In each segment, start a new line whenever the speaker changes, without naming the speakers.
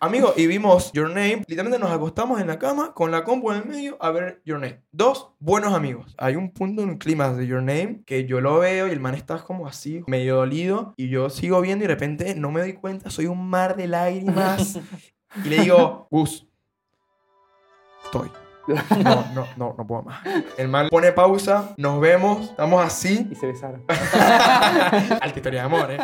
Amigo, y vimos Your Name. Literalmente nos acostamos en la cama con la compu en el medio a ver Your Name. Dos buenos amigos. Hay un punto en el clima de Your Name que yo lo veo y el man está como así, medio dolido. Y yo sigo viendo y de repente no me doy cuenta, soy un mar de lágrimas. y le digo, Gus, estoy. No, no, no, no puedo más. El man pone pausa, nos vemos, estamos así.
Y se besaron.
Alta historia de amor, ¿eh?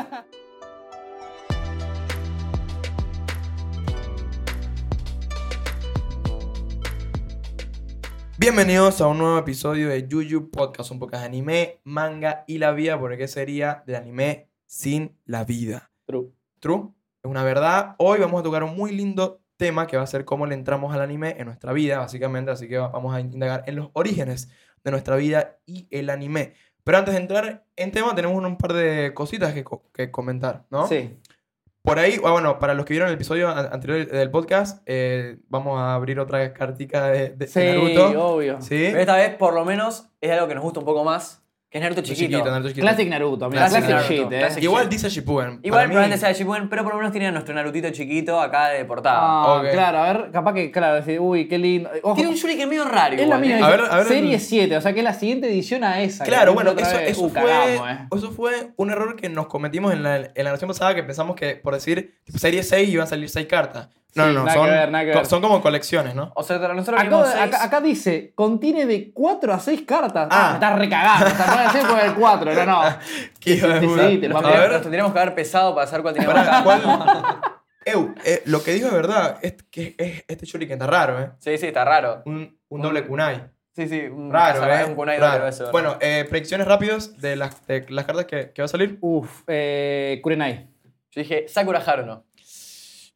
Bienvenidos a un nuevo episodio de Yuyu Podcast, un podcast de anime, manga y la vida, porque ¿qué sería del anime sin la vida?
True.
True, es una verdad. Hoy vamos a tocar un muy lindo tema que va a ser cómo le entramos al anime en nuestra vida, básicamente, así que vamos a indagar en los orígenes de nuestra vida y el anime. Pero antes de entrar en tema, tenemos un par de cositas que, co- que comentar, ¿no?
Sí.
Por ahí, ah, bueno, para los que vieron el episodio an- anterior del podcast, eh, vamos a abrir otra cartica de, de- de
Sí,
Naruto.
obvio.
Sí.
Pero esta vez, por lo menos, es algo que nos gusta un poco más, que es Naruto chiquito.
Naruto chiquito.
Classic Naruto, mira,
Classic
classic,
Naruto,
shit, eh.
classic-
Igual dice Shippuden.
Igual
Para mí-
probablemente sea de Shippuden, pero por lo menos tiene a nuestro Narutito chiquito acá de portada.
Ah,
Ok.
claro, a ver, capaz que, claro, decir, uy, qué lindo. Ojo,
Tiene un shuriken medio raro
es la
igual, ¿eh?
misma
A ver, a ver
serie
el-
7, o sea que es la siguiente edición a esa. que
Claro,
la
bueno,
vimos
eso,
otra vez.
eso
Uh,
fue,
cagamos, eh.
eso fue un error que nos cometimos en la, en la narración pasada que pensamos que, por decir, tipo, serie 6 iban a salir 6 cartas. No,
Sí,
no, no,
nada que
son,
ver, nada que
co-
ver.
son como colecciones, ¿no?
O sea, para nosotros
Acá,
vimos seis.
acá- acá dice, contiene de 4 a 6 cartas.
Ah.
Ah, me estás recagando, estás no decir por el 4, no, no.
Qué hijo de
sí,
puta.
sí, te lo
a
juro.
Nos tendríamos- nos
ver,
tendríamos que haber pesado para saber cuál tenía
pará,
acá.
¿cuál? Ew, eh, lo que dijo es verdad, es que es- este shuriken está raro, ¿eh?
Sí, sí, está raro.
Un, un doble kunai.
Sí, sí, un
Raro,
cazabar-
¿eh?
un kunai
Raro.
raro eso. ¿no?
Bueno, eh, predicciones rápidas de las, de las cartas que, que va a salir.
Uf, eh, Kurenai.
Yo dije, Sakura Haruno.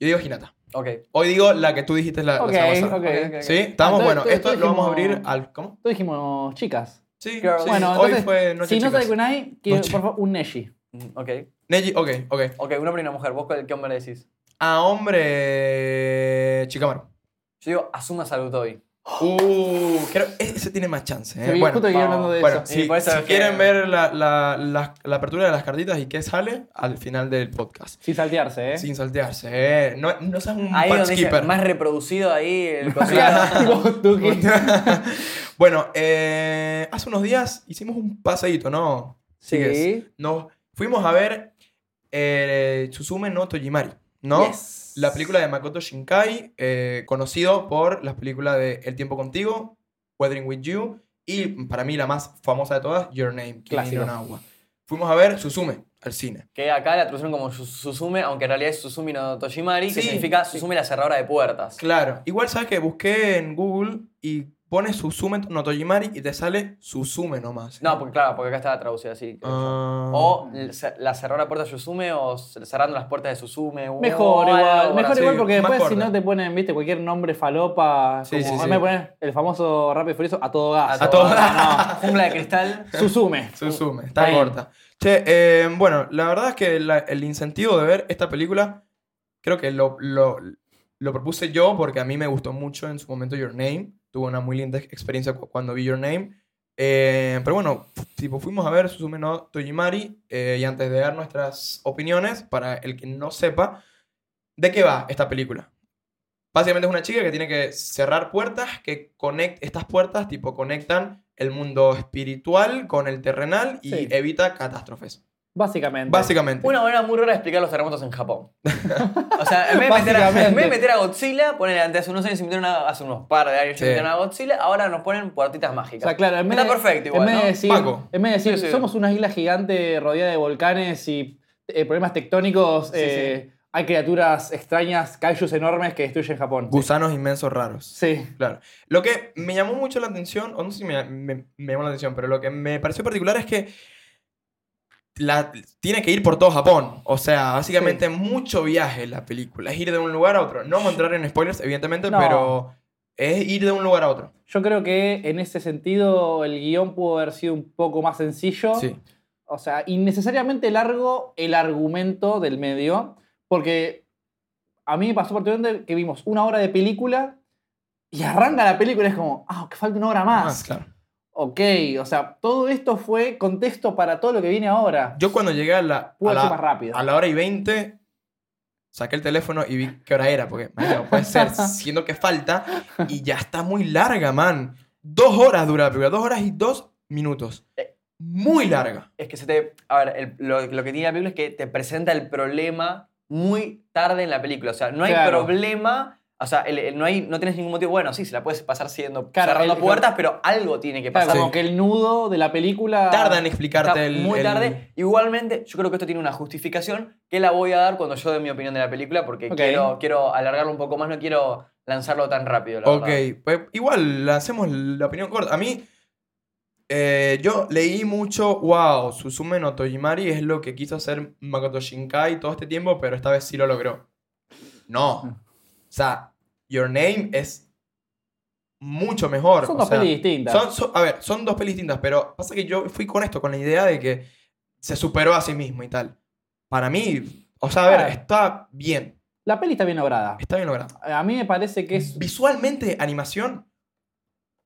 Yo digo Hinata.
Ok.
Hoy digo la que tú dijiste la, la
Ok,
semana
ok,
pasada.
ok.
Sí, estamos,
Ah,
bueno,
entonces-
esto lo
entonces
vamos a abrir
dijimos-
al... ¿Cómo?
Todos dijimos chicas.
Sí,
Girls.
sí,
Bueno,
hoy
entonces,
fue Noche
si no
Chicas.
sabe Kurenai, quiero,
Noche. Eh,
por favor, un Neji.
Mm, Ok.
Neji, ok, ok.
Ok, un hombre y una mujer. ¿Vos cuál- qué hombre le decís?
A hombre... Chicamaru.
Yo digo, Asuma Sarutobi.
Uh, creo... Ese tiene más chance,
Se
¿eh?
vi
Bueno,
justo que iba
vamos.
hablando de
bueno
eso.
sí.
si,
Y por eso
si
es que-
quieren ver la, la, la, la apertura de las cartitas y qué sale, al final del podcast.
Sin saltearse, ¿eh?
Sin saltearse, ¿eh? No, no seas un
Ahí
part
donde dice,
skipper.
más reproducido ahí el cosito.
Claro. Tú que-
bueno, eh, hace unos días hicimos un paseíto, ¿no? Sigues. Nos fuimos a ver eh, Suzume no Tojimari, ¿no?
Yes.
La película de Makoto Shinkai, eh, conocido por las películas de El tiempo contigo, Weathering with You y para mí la más famosa de todas, Your Name, Kimi
Clásico.
no Nawa. Fuimos a ver Suzume al cine.
Que acá la traducen como Sus- Suzume, aunque en realidad es Susumi no Toshimari,
Sí,
que significa Suzume la cerradora de puertas.
Claro, igual sabes que busqué en Google y pones Suzume no Tojimari y te sale Suzume nomás.
No, porque claro, porque acá está traducida así.
Ah.
O la cer- la cerradora puerta de Suzume o cer- cerrando las puertas de Suzume. o
Mejor
algo
igual,
por
mejor
así.
igual porque
más
después si
corta.
no te ponen, viste, cualquier nombre falopa,
Sí,
como
sí,
a
sí.
mí me ponen el famoso rap y furioso a todo gas.
A todo gas.
No,
Jungla de cristal.
no. Susume.
Suzume, está
Ahí.
corta. Che, eh, bueno, la verdad es que la- el incentivo de ver esta película, creo que lo, lo, lo propuse yo porque a mí me gustó mucho en su momento Your Name. Tuve una muy linda experiencia cu- cuando vi Your Name. Eh, pero bueno, fu- tipo, fuimos a ver Suzume no Tojimari eh, y antes de dar nuestras opiniones, para el que no sepa, ¿de qué va esta película? Básicamente es una chica que tiene que cerrar puertas, que conect, estas puertas tipo conectan el mundo espiritual con el terrenal y
Sí.
evita catástrofes.
Básicamente.
Básicamente.
Una manera muy rara de explicar los terremotos en Japón. O sea, en vez de meter a,
Básicamente.
en vez de meter a Godzilla, ponen antes hace unos años metieron a- hace unos par de años
Sí.
metieron a Godzilla, ahora nos ponen puertitas mágicas.
O sea, claro, en vez
Está
de-
perfecto igual,
en vez
¿no?
de decir,
Paco.
en vez de decir,
Sí, sí.
somos una isla gigante rodeada de volcanes y eh, problemas tectónicos, eh, hay criaturas extrañas, kaijus enormes que destruyen Japón.
Gusanos inmensos raros.
Sí.
Claro. Lo que me llamó mucho la atención, o no sé si me, me- me llamó la atención, pero lo que me pareció particular es que la, tiene que ir por todo Japón. O sea, básicamente mucho viaje la película. Es ir de un lugar a otro. No vamos a entrar en spoilers, evidentemente,
No.
pero es ir de un lugar a otro.
Yo creo que en ese sentido el guión pudo haber sido un poco más sencillo.
Sí.
O sea, innecesariamente largo el argumento del medio, porque a mí me pasó particularmente que vimos una hora de película y arranca la película y es como, ah, que falta una hora
Más,
más.
claro.
Ok, o sea, todo esto fue contexto para todo lo que viene ahora.
Yo cuando llegué a la,
Pudo
a
ser
la,
más rápido.
a la hora y 20, saqué el teléfono y vi qué hora era, porque marica, no puede ser, siendo que falta, y ya está muy larga, man. Dos horas dura la película, dos horas y dos minutos.
Eh.
Muy larga.
Es que se te. A ver, el- lo, lo que tiene la película es que te presenta el problema muy tarde en la película. O sea, no hay
Claro.
problema. O sea, el- el- no, hay, no tienes ningún motivo. Bueno, sí, se la puedes pasar siendo
Claro,
cerrando
el-
puertas, pero algo tiene que
Claro,
pasar.
Sí.
como que el nudo de la película.
Tarda en
Está
explicarte el.
muy
el-
tarde. Igualmente, yo creo que esto tiene una justificación que la voy a dar cuando yo dé mi opinión de la película, porque
Ok.
quiero, quiero alargarlo un poco más, no quiero lanzarlo tan rápido. La
Ok,
verdad.
pues igual le hacemos la opinión corta. A mí, eh, yo leí mucho, wow, Susume no Tojimari es lo que quiso hacer Makoto Shinkai todo este tiempo, pero esta vez sí lo logró. No.
Mm.
O sea, Your Name es mucho mejor.
Son
o
dos
sea,
pelis distintas.
son- son- a ver, son dos pelis distintas, pero pasa que yo fui con esto, con la idea de que se superó a sí mismo y tal. Para mí, o sea, a ver,
Claro.
está bien.
La peli está bien obrada.
Está bien logrado.
A mí me parece que es.
Visualmente, animación,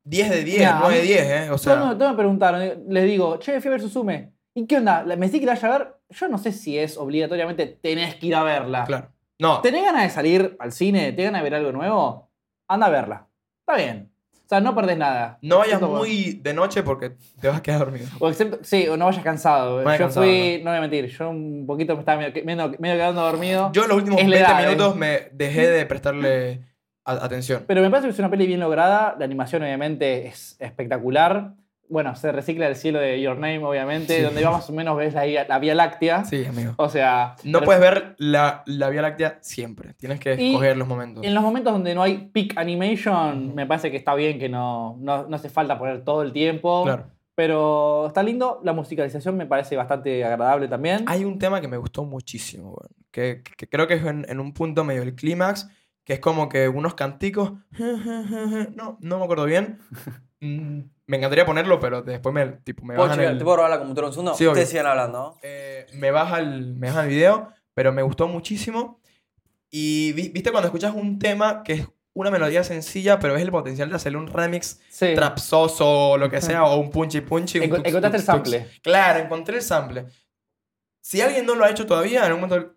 10 de 10,
Mira,
9
a
de
mí-
10, ¿eh? O
Todos
sea,
me- todos me preguntaron, eh, les digo, che, fui a ver Suzume. ¿Y qué onda? ¿La- ¿Me decís que la vaya a ver? Yo no sé si es obligatoriamente tenés que ir a verla.
claro. No,
¿Tenés ganas de salir al cine? ¿Tenés ganas de ver algo nuevo? Anda a verla. Está bien. O sea, no perdés nada.
no vayas
Excepto-
muy de noche porque te vas a quedar dormido.
O excepto, sí, o no vayas cansado.
vayas
yo
cansado,
fui, no voy a mentir, yo un poquito me estaba medio, que- medio- medio quedando dormido.
Yo en los últimos
Es
20
la edad, ¿eh?
minutos me dejé de prestarle a- atención.
Pero me parece que es una peli bien lograda. La animación, obviamente, es espectacular. Bueno, se recicla el cielo de Your Name, obviamente,
Sí.
donde más o menos ves la, la Vía Láctea.
Sí, amigo.
O sea.
No
pero-
puedes ver la, la Vía Láctea siempre. Tienes que
Y-
escoger los momentos.
En los momentos donde no hay peak animation, me parece que está bien que no, no, no hace falta poner todo el tiempo.
Claro.
Pero está lindo. La musicalización me parece bastante agradable también.
Hay un tema que me gustó muchísimo, weón, que, que creo que es en, en un punto medio el clímax, que es como que unos canticos, no, no me acuerdo bien. Mm, me encantaría ponerlo, pero después me, tipo, me
¿Puedo
bajan
chequear?
el-
¿Te puedo robar la computadora un segundo?
Sí, obvio.
Ustedes sigan hablando.
eh, me, baja el, me baja el video, pero me gustó muchísimo. Y vi- viste cuando escuchas un tema que es una melodía sencilla, pero es el potencial de hacerle un remix
Sí.
trapsoso o lo que sea, o un punchy punchy. un
Enco-
tux,
encontraste
tux,
el
tux.
sample.
Claro, encontré el sample. Si alguien no lo ha hecho todavía, en algún momento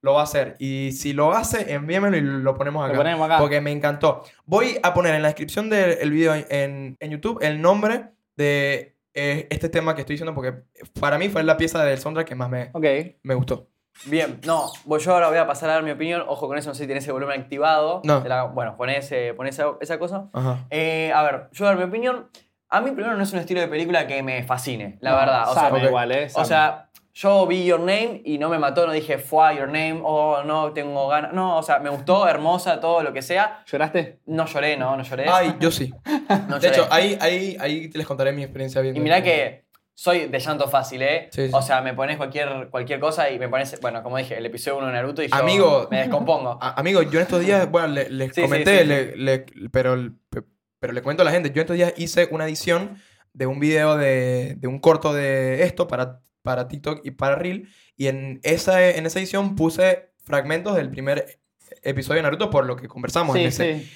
lo va a hacer. Y si lo hace, envíamelo y lo ponemos acá.
Lo ponemos acá.
Porque me encantó. Voy a poner en la descripción del el video en, en YouTube el nombre de eh, este tema que estoy diciendo, porque para mí fue la pieza del soundtrack que más me,
Ok.
me gustó.
Bien, no, voy yo ahora voy a pasar a dar mi opinión. Ojo con eso, no sé si tenés el volumen activado.
No.
De la- bueno, ponés, eh, ponés esa, esa cosa.
Ajá.
Eh, a ver, yo voy a dar mi opinión. A mí primero no es un estilo de película que me fascine, la
No,
verdad. O sea,
sano
ok.
igual, ¿eh?
O
Sano.
sea, yo vi Your Name y no me mató, no dije, fue Your Name, oh, no, tengo ganas. No, o sea, me gustó, hermosa, todo lo que sea.
¿Lloraste?
No lloré, no, no lloré.
Ay, yo sí.
no
de
lloré.
hecho, ahí, ahí, ahí te les contaré mi experiencia viendo.
y mirá que soy de llanto fácil, ¿eh?
Sí, sí.
O sea, me pones cualquier, cualquier cosa y me pones, bueno, como dije, el episodio 1 de Naruto y yo
Amigo.
me descompongo.
A- amigo, yo en estos días, bueno, le- les
Sí, sí,
comenté,
sí, sí.
le- le- pero, pe- pero le cuento a la gente, yo en estos días hice una edición de un video de, de un corto de esto para, para TikTok y para Reel, y en esa, en esa edición puse fragmentos del primer episodio de Naruto por lo que conversamos en
Sí,
ese.
sí.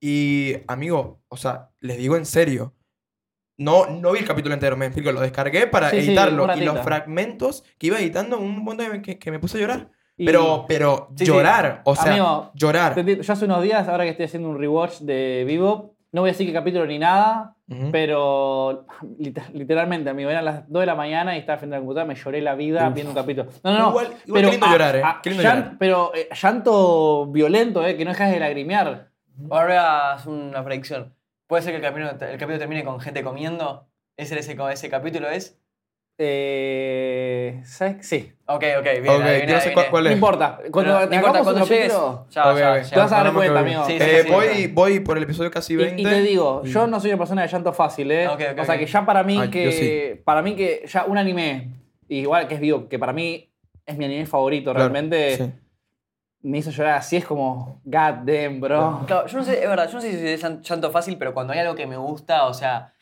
Y amigo, o sea, les digo en serio, no, no vi el capítulo entero, me explico, lo descargué para
Sí, sí,
editarlo,
un
y los
ratito.
fragmentos que iba editando, un momento que, me- que- que me puse a llorar.
Y-
Pero, pero
Sí, sí.
llorar, o sea,
Amigo,
llorar.
te entiendo. yo hace unos días, ahora que estoy haciendo un rewatch de Vivo, no voy a decir qué capítulo ni nada,
Ujú.
pero liter- literalmente, amigo, eran las 2 de la mañana y estaba frente a la computadora, me lloré la vida
Uf.
viendo un capítulo. No, no, no.
Igual- igual qué
Ah,
lindo llorar, ¿eh? Qué lindo llorar.
Pero eh, llanto violento, ¿eh? Que no dejas de lagrimear.
Ahora voy a hacer una predicción. ¿Puede ser que el capítulo, el capítulo termine con gente comiendo? ¿Ese, ese, ese capítulo es?
Eh, ¿Sabes? Sí.
Ok, ok, bien.
Ok,
adiviné,
yo no sé cuál,
adiviné.
cuál
No
es.
importa. Cuando,
Pero no importa,
hagamos
cuando
otro
llegues.
capítulo-
Ya,
Ok,
ya,
ok.
ya.
Te vas a dar
Vamos a
cuenta,
ver.
amigo.
Sí, sí,
Eh,
sí,
voy,
sí.
voy por el episodio casi
Y-
20.
Y, te digo,
y-
yo no soy una persona de llanto fácil, ¿eh?
Ok, ok,
o sea
ok.
que ya para mí
Ay, yo
que. Para mí que ya un anime, igual que es vivo, que para mí es mi anime favorito,
Claro,
realmente
sí.
me hizo llorar así, es como, god damn, bro.
Claro, yo no sé, es verdad, yo no sé si es llan- llanto fácil, pero cuando hay algo que me gusta, o sea,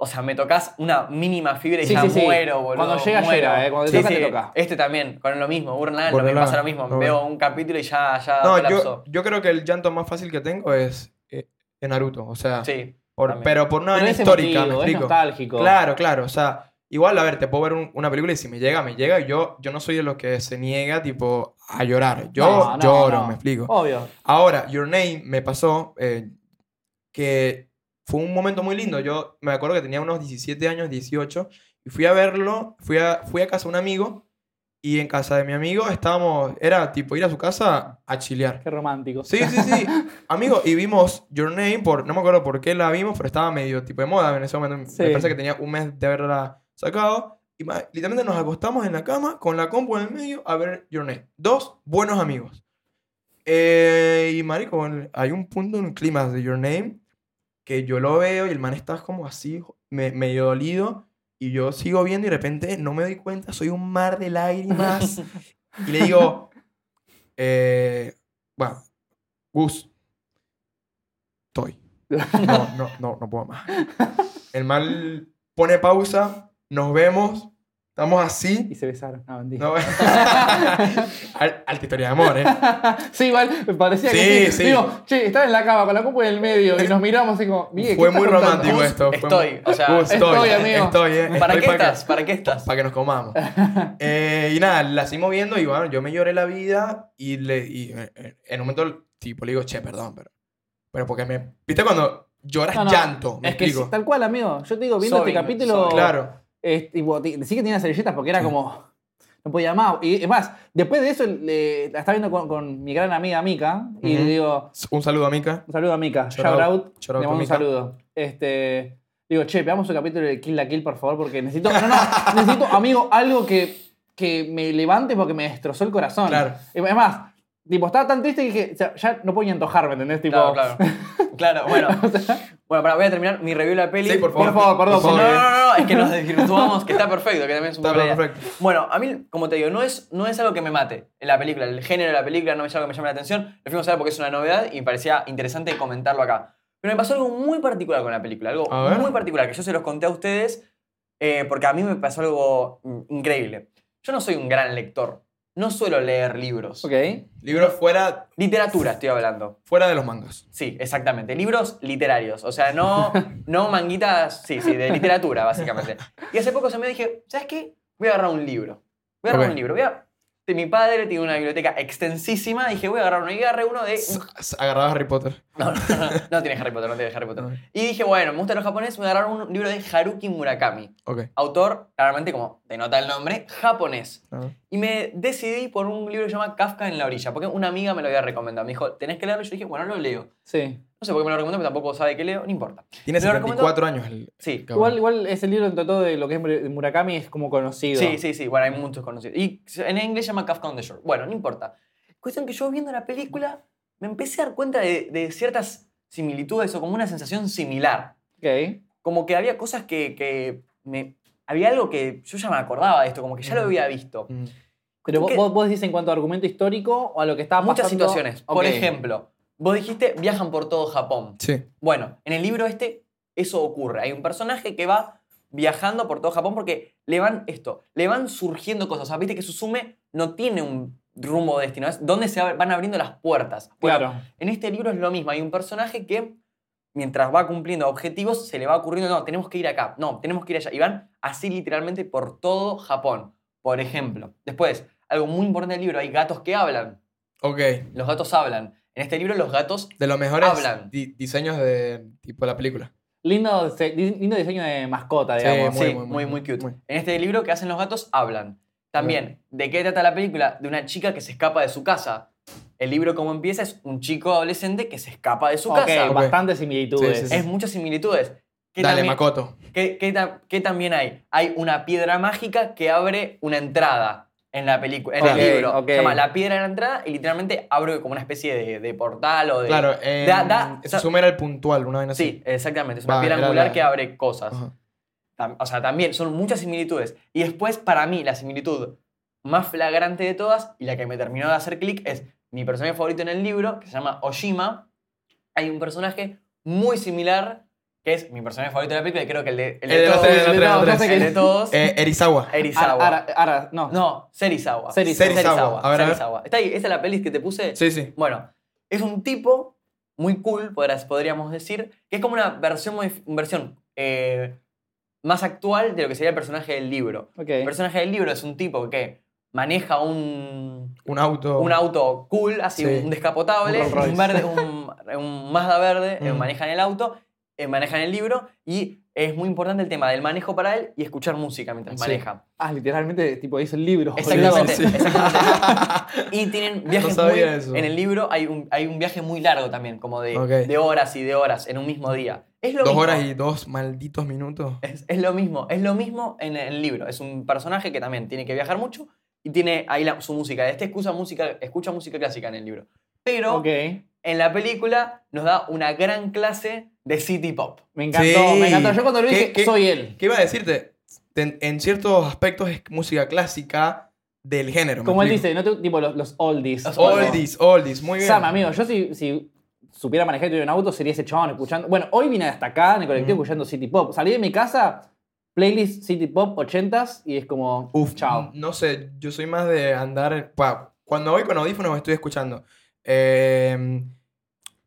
o sea, me tocas una mínima fibra y
Sí,
ya
sí, sí.
muero, boludo.
Cuando llega,
muero.
llega, eh, cuando te toca, te toca.
Este también, con lo mismo, Burnout, lo
Burnout,
me pasa lo mismo.
ok.
Veo un capítulo y ya, ya
No, yo,
colapso.
yo creo que el llanto más fácil que tengo es eh, de Naruto. O sea,
Sí.
por-
también.
pero por una
Pero
vaina
es
histórica,
emotivo,
me
es
explico.
nostálgico.
Claro, claro. O sea, Igual, a ver, te puedo ver un- una película y si me llega, me llega. Yo, yo no soy de los que se niega, tipo, a llorar. Yo
No, no,
lloro,
no.
me explico.
Obvio.
Ahora, Your Name me pasó eh, que fue un momento muy lindo. Yo me acuerdo que tenía unos 17 años, 18, y fui a verlo, fui a, fui a casa de un amigo, y en casa de mi amigo estábamos, era tipo ir a su casa a chilear.
Qué romántico.
Sí, sí, sí. Amigo, y vimos Your Name por, no me acuerdo por qué la vimos, pero estaba medio tipo de moda en ese momento.
Sí.
Me parece que tenía un mes de haberla sacado. Y ma- literalmente nos acostamos en la cama con la compu en el medio a ver Your Name. Dos buenos amigos. Eh, y marico, el- hay un punto en el clima de Your Name que yo lo veo y el man está como así, me- medio dolido. Y yo sigo viendo y de repente no me doy cuenta, soy un mar de lágrimas. y le digo, eh, bueno, Gus, estoy. No, no, no, no puedo más. El mal pone pausa, nos vemos, estamos
Y
así.
se besaron. No, mentira.
No, Al- alta historia de amor, ¿eh?
Sí, igual, me parecía
Sí,
que sí.
sí.
Digo, che, estaba en la cama con la compu en el medio y nos miramos así como, Miguel, ¿qué
Fue
estás
muy
contando?
romántico esto. fue
estoy,
muy-
o sea,
Gus,
estoy, amigo.
Estoy, ¿eh?
¿Para
Estoy
qué
pa' que-
estás? ¿Para qué estás?
Para que nos comamos. Eh, y nada, la seguimos viendo y bueno, yo me lloré la vida y, le, y eh, eh, en un momento tipo le digo, che, perdón, pero... Pero porque me... ¿Viste cuando lloras
No, no,
llanto? Me
es que
explico.
sí, tal cual, amigo. Yo te digo, viendo
Sobbing,
este capítulo.
sobbing.
Claro.
es tipo, te- decí que tenía servilletas porque era como. No podía más. Y es más, después de eso, le- la estaba viendo con, con mi gran amiga Mika. Y
Ujú.
le digo,
Un saludo a Mika.
un saludo a Mika.
Shout
Shout
out.
out.
Shout out
le
a
mando un
Mika.
saludo. Este. Digo, che, veamos el capítulo de Kill la Kill, por favor, porque necesito. No, no, necesito, amigo, algo que, que me levante porque me destrozó el corazón.
Claro.
Es más, tipo, estaba tan triste que dije, o sea, ya no puedo ni antojarme, ¿entendés? Tipo,
Claro, claro. Claro, bueno. Bueno, para, voy a terminar mi review de la peli.
Sí, por favor.
Por favor, perdón,
No,
por
no,
favor.
no, no, es que nos desvirtuamos, que está perfecto, que también es un
Está
poco la idea.
perfecto.
Bueno, a mí, como te digo, no es, no es algo que me mate en la película, el género de la película no es algo que me llame la atención, lo fuimos a ver porque es una novedad y me parecía interesante comentarlo acá. Pero me pasó algo muy particular con la película, algo
A ver.
muy particular que yo se los conté a ustedes eh, porque a mí me pasó algo mm, increíble. Yo no soy un gran lector, no suelo leer libros.
Ok.
Libros fuera,
Literatura estoy hablando.
fuera de los mangas.
Sí, exactamente. Libros literarios. O sea, no, no manguitas, sí, sí, de literatura, básicamente. Y hace poco se me dije, ¿sabes qué? Voy a agarrar un libro. Voy a agarrar
Ok.
un libro. Voy a... de- Mi padre tiene una biblioteca extensísima. Dije, voy a agarrar uno. Y agarré uno de.
Agarraba Harry Potter.
No, no, no, no tiene Harry Potter, no tiene Harry Potter.
No.
Y dije, bueno, me gusta los japoneses. Voy a agarrar un libro de Haruki Murakami.
Ok.
Autor, claramente, como denota el nombre, japonés.
Ah.
Y me decidí por un libro que se llama Kafka en la orilla. Porque una amiga me lo había recomendado. Me dijo, tenés que leerlo. Y yo dije, bueno, lo leo.
Sí.
No sé por qué me lo recomendó, pero tampoco sabe qué leo, no importa.
Tiene
Me lo recomendó-
74 años el
Sí.
cabrón.
Igual, igual ese libro, entre todo, de lo que es Mur- Murakami, es como conocido.
Sí, sí, sí. Bueno, hay muchos conocidos. Y en inglés se llama Kafka on the Shore. Bueno, no importa. Cuestión que yo viendo la película me empecé a dar cuenta de, de ciertas similitudes o como una sensación similar.
Ok.
Como que había cosas que, que me... Había algo que yo ya me acordaba de esto, como que ya lo había visto.
Mm.
Pero vos,
que-
vos, vos decís en cuanto a argumento histórico o a lo que estaba
Muchas
pasando.
situaciones. Por
Ok.
ejemplo, vos dijiste viajan por todo Japón.
Sí.
Bueno, en el libro este eso ocurre. Hay un personaje que va viajando por todo Japón porque le van esto, le van surgiendo cosas. O sea, viste que Susume no tiene un rumbo o destino, es donde se ab- van abriendo las puertas. Bueno,
Claro.
En este libro es lo mismo, hay un personaje que mientras va cumpliendo objetivos se le va ocurriendo, no, tenemos que ir acá, no, tenemos que ir allá. Y van así literalmente por todo Japón, por ejemplo. Después, algo muy importante del libro, hay gatos que hablan.
Ok.
Los gatos hablan. En este libro los gatos
De los mejores
Hablan.
di- diseños de tipo la película.
Lindo, se- di- lindo diseño de mascota,
Sí,
digamos.
Muy, muy,
sí, muy,
muy,
muy,
muy,
cute.
muy.
En este libro que hacen los gatos, hablan. También, ¿de qué trata la película? De una chica que se escapa de su casa. El libro, como empieza, es un chico adolescente que se escapa de su
Ok,
casa.
Ok.
bastante similitudes.
Sí, sí, sí.
Es muchas similitudes. ¿Qué
Dale,
también-
Makoto.
qué- qué ta- qué también hay? Hay una piedra mágica que abre una entrada en la película, en
Ok,
el libro.
ok.
Se llama La Piedra de la Entrada y literalmente abre como una especie de, de portal o de...
Claro, eh,
da- da-
eso suma era el puntual, una vez así.
Sí, exactamente. Es una
Va,
piedra
era
angular
la-
que abre cosas.
Ajá.
Tam- O sea, también son muchas similitudes. Y después, para mí, la similitud más flagrante de todas y la que me terminó de hacer clic es mi personaje favorito en el libro, que se llama Oshima. Hay un personaje muy similar, que es mi personaje favorito de la película, y creo que el de, el de
El de los
todos.
tres, el de los
no,
tres,
no sé
el
el
de
de todos,
tres. Eh, Erizawa.
Erizawa.
Ara, ara- ara- no.
No, Serizawa.
Serizawa.
A ver, a ver.
Serizawa. Está ahí, esa es la pelis que te puse.
Sí, sí.
Bueno, es un tipo muy cool, podrás- podríamos decir, que es como una versión, modif- versión eh, más actual de lo que sería el personaje del libro.
Ok.
El personaje del libro es un tipo que maneja un,
Un auto.
un auto cool, así
Oh. Sí.
un descapotable,
Un Rolls
un,
Royce.
verde, un, un Mazda verde, eh,
Mm.
maneja en el auto, eh, maneja en el libro y es muy importante el tema del manejo para él y escuchar música mientras
Sí.
maneja.
Ah, literalmente, tipo, dice el libro.
Exactamente,
Sí.
exactamente. Y tienen viajes
No
muy...
sabía eso.
En el libro hay un, hay un viaje muy largo también, como de,
Ok.
de horas y de horas en un mismo día. Es lo
Dos
mismo.
horas y dos malditos minutos.
Es, es lo mismo, es lo mismo en el libro. Es un personaje que también tiene que viajar mucho y tiene ahí la- su música. Este escucha música, escucha música clásica en el libro. Pero
Ok.
en la película nos da una gran clase de city pop.
Me encantó,
Sí.
me encantó. Yo cuando lo
¿Qué-
dije,
qué-
soy él.
¿Qué iba a decirte? En, en ciertos aspectos es música clásica del género. ¿me
Como él
explico?
dice, no te- tipo los, los oldies.
Los
Tipo,
Oldies, oldies, muy bien.
Sam, amigo, yo si, si supiera manejar y tuviera un auto, sería ese chabón escuchando. Bueno, hoy vine hasta acá en el colectivo
Mm.
escuchando City Pop. Salí de mi casa, playlist City Pop 80s y es como.
Uf,
Chao.
No sé, yo soy más de andar. pa, cuando voy con audífonos estoy escuchando. Eh,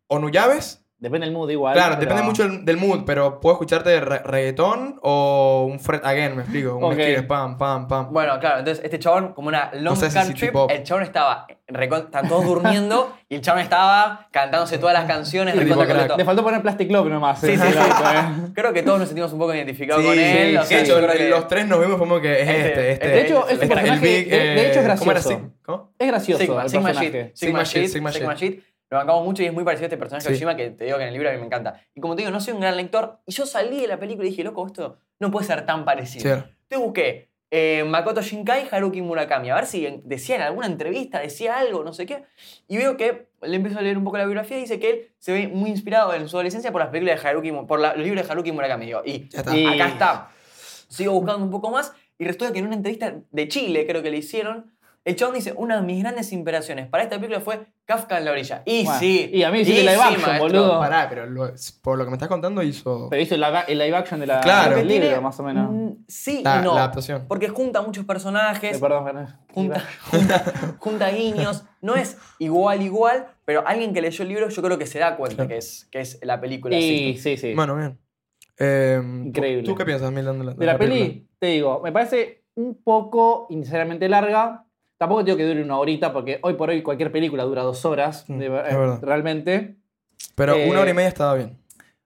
o Llaves.
Depende del mood igual.
Claro,
pero-
depende mucho del, del mood, pero puedo escucharte re- reggaetón o un Fred Again, me explico. Un
Ok.
estilo, pam, pam, pam.
Bueno, claro, entonces este chabón, como una long
sé si
car
city
trip,
pop.
el chabón estaba, recon- estaban todos durmiendo y el chabón estaba cantándose todas las canciones.
Sí, tipo
recontra
crack.
contento.
Le faltó poner Plastic Love nomás.
Sí,
eh,
sí,
en el
sí.
auto, eh.
Creo que todos nos sentimos un poco identificados
Sí,
con él. o
sí,
sea,
de
yo
hecho,
creo que-
los tres nos vimos como que es
Este,
este,
este.
este.
De hecho, es un
este, el
personaje-
Big,
de- de hecho es
eh, ¿Cómo era
gracioso.
así? ¿Cómo?
Es gracioso
Sí, Sigma,
el
Sigma
personaje.
Sheet, Sigma,
Sigma Sheet,
Sheet, Sigma
Sigma
Sheet. Lo bancamos mucho y es muy parecido a este personaje
Sí.
de Oshima que te digo que en el libro a mí me encanta. Y como te digo, no soy un gran lector y yo salí de la película y dije, loco, esto no puede ser tan parecido.
Sí, era.
Te busqué eh, Makoto Shinkai, Haruki Murakami, a ver si en- decía en alguna entrevista, decía algo, no sé qué. Y veo que le empiezo a leer un poco la biografía y dice que él se ve muy inspirado en su adolescencia por las películas de Haruki, Mu- por la- los libros de Haruki Murakami. Digo, y
Ya está.
Y-
acá está. Sigo buscando un poco más y resulta que en una entrevista de Chile, creo que le hicieron, el chabón dice, una de mis grandes inspiraciones para esta película fue Kafka en la orilla. Y
Bueno,
sí.
y a mí sí que live action,
maestro.
boludo.
Pará, pero lo- por lo que me estás contando hizo
Pero hizo el live, el live action de la,
Claro.
del
Porque
libro,
tiene-
más o menos.
mm, Sí
la,
y no.
la adaptación.
Porque junta muchos
Eh,
personajes,
Perdón, perdón.
junta, junta, junta guiños. No es igual, igual, pero alguien que leyó el libro yo creo que se da cuenta
Claro.
que, es, que es la película.
Y
así.
sí, sí.
Bueno, bien. Eh,
Increíble.
¿Tú qué piensas, Milan, de la,
de la, peli,
película?
te digo, me parece un poco innecesariamente larga. Tampoco tengo que dure una horita, porque hoy por hoy cualquier película dura dos horas,
Mm,
de-
es
eh,
verdad.
realmente.
Pero
eh,
una hora y media estaba bien.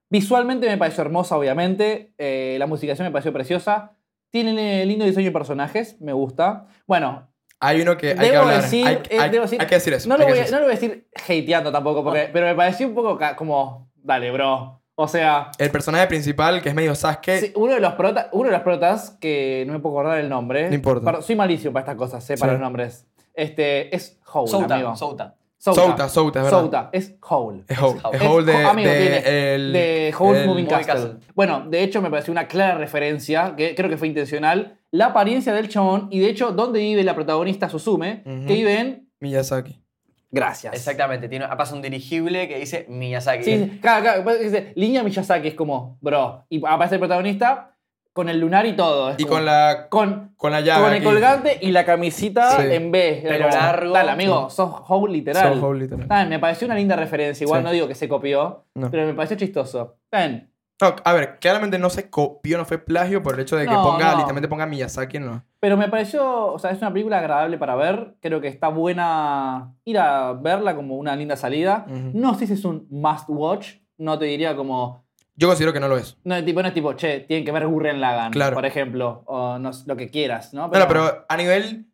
Visualmente me pareció hermosa, obviamente. Eh, la musicación me pareció preciosa. Tiene eh, lindo diseño de personajes, me gusta. Bueno,
Hay uno que hay que
debo
hablar.
decir,
hay,
eh,
hay-
debo decir-
hay que decir eso.
no
hay
lo,
que
voy a,
decir
no lo voy a decir hateando tampoco,
Ah.
porque, pero me pareció un poco ca- como, dale, bro. O sea,
eso. El personaje principal, que es medio Sasuke,
Sí, uno, de los prota- uno de los protas, que no me puedo acordar el nombre.
No importa.
Pero soy malísimo para estas cosas, eh, para
Sí.
los nombres. Este, es Howl, amigo.
Souta, Souta.
Souta, Souta, es verdad.
Souta, es Howl.
es Hole.
Howl.
Es
Es
Hole de,
Ho- amigo,
de
tiene-
el-
de Howl's
el-
Moving
Moving
Castle.
Castle.
Bueno, de hecho me pareció una clara referencia, que creo que fue intencional, la apariencia del chabón y de hecho dónde vive la protagonista Susume,
Ujú.
que vive en...
Miyazaki.
Gracias.
Exactamente, tiene, pasa un dirigible que dice Miyazaki.
Sí, sí. claro, claro, pues, dice, línea Miyazaki es como, bro, y aparece el protagonista con el lunar y todo. es
Y
como-
con la,
Con
con la llave
con el
aquí.
colgante y la camisita
Sí.
en B. Era
Pelo
como,
largo.
Dale, amigo, sos Howl literal.
So Hole, literal.
Ah, me pareció una linda referencia. Igual
Sí.
no digo que se copió,
No.
pero me pareció chistoso. Ven,
No, a ver, claramente no se copió, no fue plagio por el hecho de que
No,
ponga,
no.
literalmente ponga Miyazaki en los...
pero me pareció, o sea, es una película agradable para ver. Creo que está buena ir a verla como una linda salida.
Ujú.
No sé si es un must watch. No te diría como.
Yo considero que no lo es.
No, tipo, no es tipo, che, tienen que ver Gurren Lagan,
Claro.
por ejemplo, o no, sé, lo que quieras, ¿no?
Bueno, pero a nivel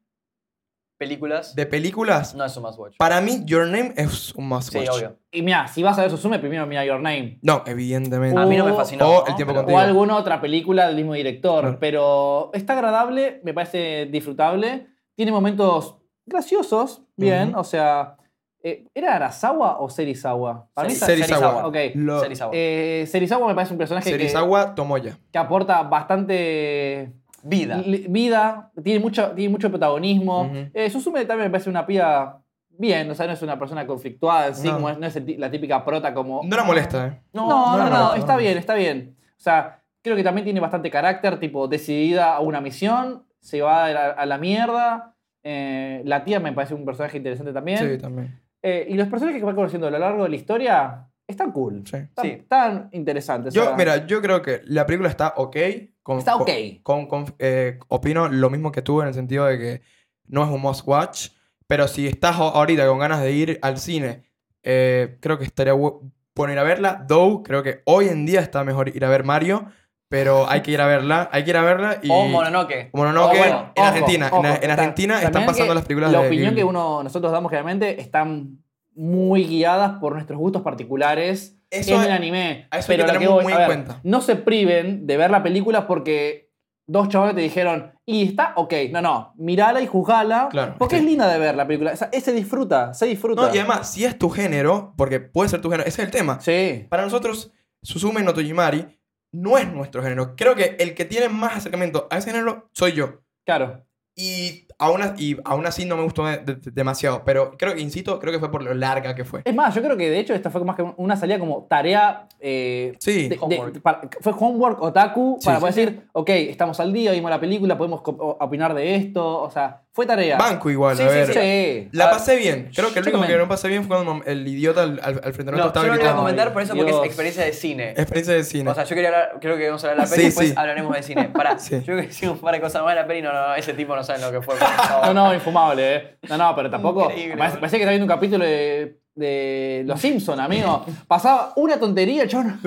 Películas,
de películas,
no es un must watch.
para mí Your Name es un must
Sí,
watch.
obvio.
Y mira, si vas a ver Susume, primero mira Your Name.
No, evidentemente.
A mí no me
O-
fascinó.
o
¿no?
El tiempo
Pero-
contigo.
O alguna otra película del mismo director.
Claro.
Pero está agradable, me parece disfrutable. Tiene momentos graciosos, bien.
Ujú.
O sea, eh, ¿era Arasawa o Serizawa? Para mí
Seri-
está-
Serizawa.
Ok.
Lo-
Serizawa.
Eh, Serizawa me parece un personaje que,
Serizawa Tomoya.
que aporta bastante
Vida.
li- vida, tiene mucho, tiene mucho protagonismo.
Ujú.
Eh, Susume también me parece una pía bien, o sea, no es una persona conflictuada en sí,
No.
como es- no es el ti- la típica prota como...
No la molesta, ¿eh?
No, no,
no,
no,
no,
está
no.
bien, está bien. O sea, creo que también tiene bastante carácter, tipo, decidida a una misión, se va a la, a la mierda. Eh, la tía me parece un personaje interesante también.
Sí, también.
Eh, y los personajes que va conociendo a lo largo de la historia están cool.
Sí.
Están,
Sí.
están interesantes. o
Yo,
sea,
mira, yo creo que la película está ok. con-
Está
con-
ok.
con- con- eh, opino lo mismo que tú en el sentido de que no es un must watch, pero si estás a- ahorita con ganas de ir al cine, eh, creo que estaría bu- bueno ir a verla. Though, creo que hoy en día está mejor ir a ver Mario, pero hay que ir a verla, hay que ir a verla y...
O Mononoke.
Mononoke
O bueno,
en
Oh, ojo,
Argentina. En-
ojo,
en,
está-
Argentina están
también
pasando
que
las películas
La
de
opinión que
Ghibli.
uno, nosotros damos generalmente están muy guiadas por nuestros gustos particulares
Eso
en
es-
el anime.
a eso hay
pero
que
lo
tener
voy-
muy
a
en
ver,
cuenta.
No se priven de ver la película porque dos chavales te dijeron, y está, ok, no, no, mirala y juzgala.
Claro,
porque
sí.
es linda de ver la película. O sea, es- se disfruta, se disfruta.
No, y además, si es tu género, porque puede ser tu género, ese es el tema.
sí.
Para nosotros, Suzume no Tojimari no es nuestro género. Creo que el que tiene más acercamiento a ese género soy yo.
Claro.
Y aún, as- y aún así no me gustó de- de- demasiado. Pero creo que, insisto, creo que fue por lo larga que fue.
Es más, yo creo que de hecho esta fue más que una salida como tarea. eh,
Sí.
de- de-
Homework.
para- fue homework otaku
Sí,
para
sí,
poder decir, ok, estamos al día, vimos la película, podemos co- o- opinar de esto. O sea, fue tarea.
Banco igual,
Sí,
a
sí,
ver.
Sí.
La
A ver,
pasé bien. Creo que lo
yo
único que
también.
no pasé bien fue cuando el idiota al, al- al frente nuestro
No,
estaba
yo no lo iba a
gritando.
comentar por eso porque es
Dios.
experiencia de cine.
Experiencia de cine.
O sea, yo quería hablar, creo que vamos a hablar de la peli
Sí,
y después
sí.
hablaremos de cine. Pará,
Sí.
yo creo que hicimos un par de cosas más de la peli, no, no, ese tipo no sabe lo que fue.
No, no, infumable, ¿eh? No, no, pero tampoco.
Increíble,
Parece,
boludo.
parece que está viendo un capítulo de, de Los Simpsons, amigo. Pasaba una tontería, el chabón.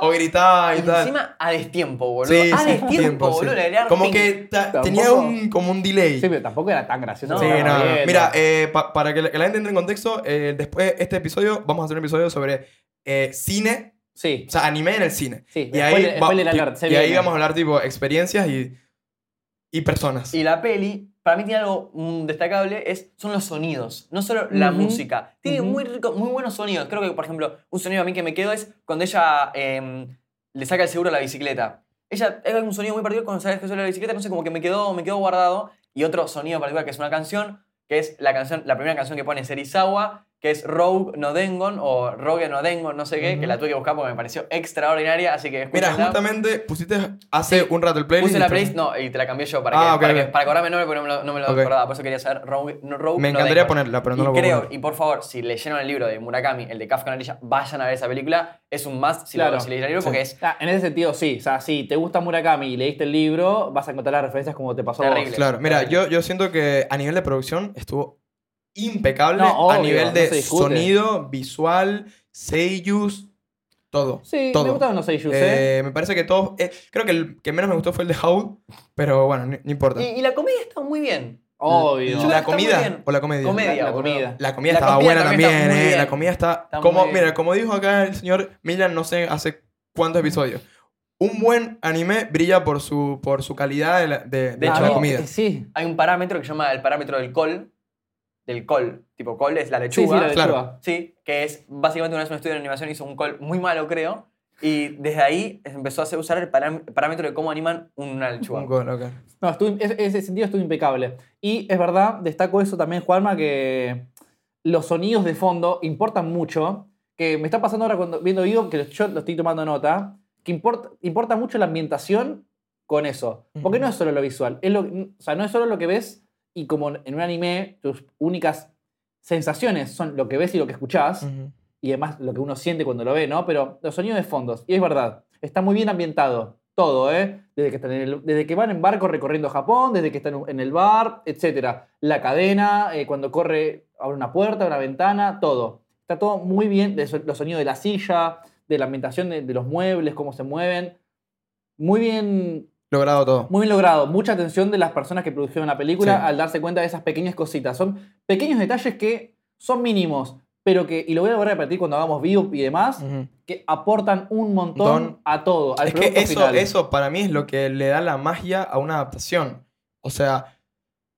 o gritaba
Y
y tal.
encima a destiempo, boludo.
Sí,
a
sí,
destiempo,
tiempo, sí.
boludo. le haría
Como
ping.
que ta-
Tampoco-
tenía un, como un delay.
Sí,
Sí,
pero tampoco era tan gracioso.
No,
no,
no,
no.
bien.
Mira, eh, pa- para que la, que la gente entre en contexto, eh, después de este episodio vamos a hacer un episodio sobre eh, cine,
Sí,
o sea, anime en el cine.
sí.
Y
spoiler-
ahí, va-
spoiler alert, se
y, y ahí
viene.
vamos a hablar tipo experiencias y, y personas.
Y la peli, para mí tiene algo mm, destacable, es, son los sonidos, no solo la
Ujú.
música. Tiene
Ujú.
muy, rico, muy buenos sonidos. Creo que, por ejemplo, un sonido a mí que me quedo es cuando ella eh, le saca el seguro a la bicicleta. Ella, hay un sonido muy particular cuando saca el seguro a la bicicleta, no sé, como que me quedó, me quedó guardado. Y otro sonido particular que es una canción, que es la, canción, la primera canción que pone Serizawa, que es Rogue No Dengon o Rogue No Dengon, no sé qué, que
Ujú.
la tuve que buscar porque me pareció extraordinaria, así que
Mira,
escúchenla.
justamente pusiste hace un rato el playlist.
Puse la
y-
playlist, no, y te la cambié yo para,
Ah,
que,
ok,
para, que-
ok.
para acordarme el nombre porque no me lo, no me lo
Ok.
acordaba. Por eso quería saber Rogue no, Rogue
Me
no
encantaría
Demon.
ponerla, pero no
y
la puedo
creo,
poner.
y por favor, si leyeron el libro de Murakami, el de Kafka en la orilla, vayan a ver esa película. Es un must si, lo-
Claro.
si leyeron el libro
Sí.
porque es
Ah, en ese sentido, sí. O sea, si te gusta Murakami y leíste el libro, vas a encontrar las referencias como te pasó a vos.
Terrible.
Claro, mira, yo, yo siento que a nivel de producción estuvo impecable.
No,
a
obvio,
nivel
no
de
se discute.
sonido, visual, seiyus, todo.
Sí,
todo.
me gustaron los seiyus, ¿eh?
Eh, me parece que todos. eh, creo que el que menos me gustó fue el de Howl, pero bueno, no, no importa.
Y, y la comedia está muy bien.
Obvio.
yo-
¿La
está muy bien.
comida o la comedia?
Comedia,
La- la
boludo.
comida.
La comida
La
estaba
comida
buena
también
también,
está muy
¿eh?
bien.
La comida está.
Está muy
como,
bien.
mira, como dijo acá el señor Milan, no sé hace cuántos episodios. Un buen anime brilla por su, por su calidad de la, de, de
hecho,
la
no,
comida.
eh, Sí.
Hay un parámetro que se llama el parámetro del col. Del col. Tipo, col es la
Sí, sí,
lechuga.
la lechuga.
claro.
Sí, que es básicamente una vez un estudio de animación hizo un call muy malo, creo. Y desde ahí empezó a hacer usar el parám- parámetro de cómo animan una lechuga.
Un gol, ok.
No, estuvo- es- ese sentido estuvo impecable. Y es verdad, destaco eso también, Juanma, que los sonidos de fondo importan mucho. Que me está pasando ahora cuando, viendo vivo, que yo lo estoy tomando nota, que importa, importa mucho la ambientación con eso. Porque
Ujú.
no es solo lo visual, es lo, o sea, no es solo lo que ves y como en un anime tus únicas sensaciones son lo que ves y lo que escuchás
Ujú.
y además lo que uno siente cuando lo ve, ¿no? Pero los sonidos de fondos, y es verdad, está muy bien ambientado, todo, ¿eh? Desde que, están en el- desde que van en barco recorriendo Japón, desde que están en el bar, etcétera. La cadena, eh, cuando corre, abre una puerta, una ventana, todo. Está todo muy bien, de so- los sonidos de la silla, de la ambientación de, de los muebles, cómo se mueven. Muy bien,
Logrado todo.
muy bien logrado. Mucha atención de las personas que produjeron la película
Sí.
al darse cuenta de esas pequeñas cositas. Son pequeños detalles que son mínimos, pero que, y lo voy a volver a repetir cuando hagamos vivo y demás,
Ujú.
que aportan un Mm. montón
Don.
a todo, al
es que
producto
eso,
final.
eso para mí es lo que le da la magia a una adaptación. O sea,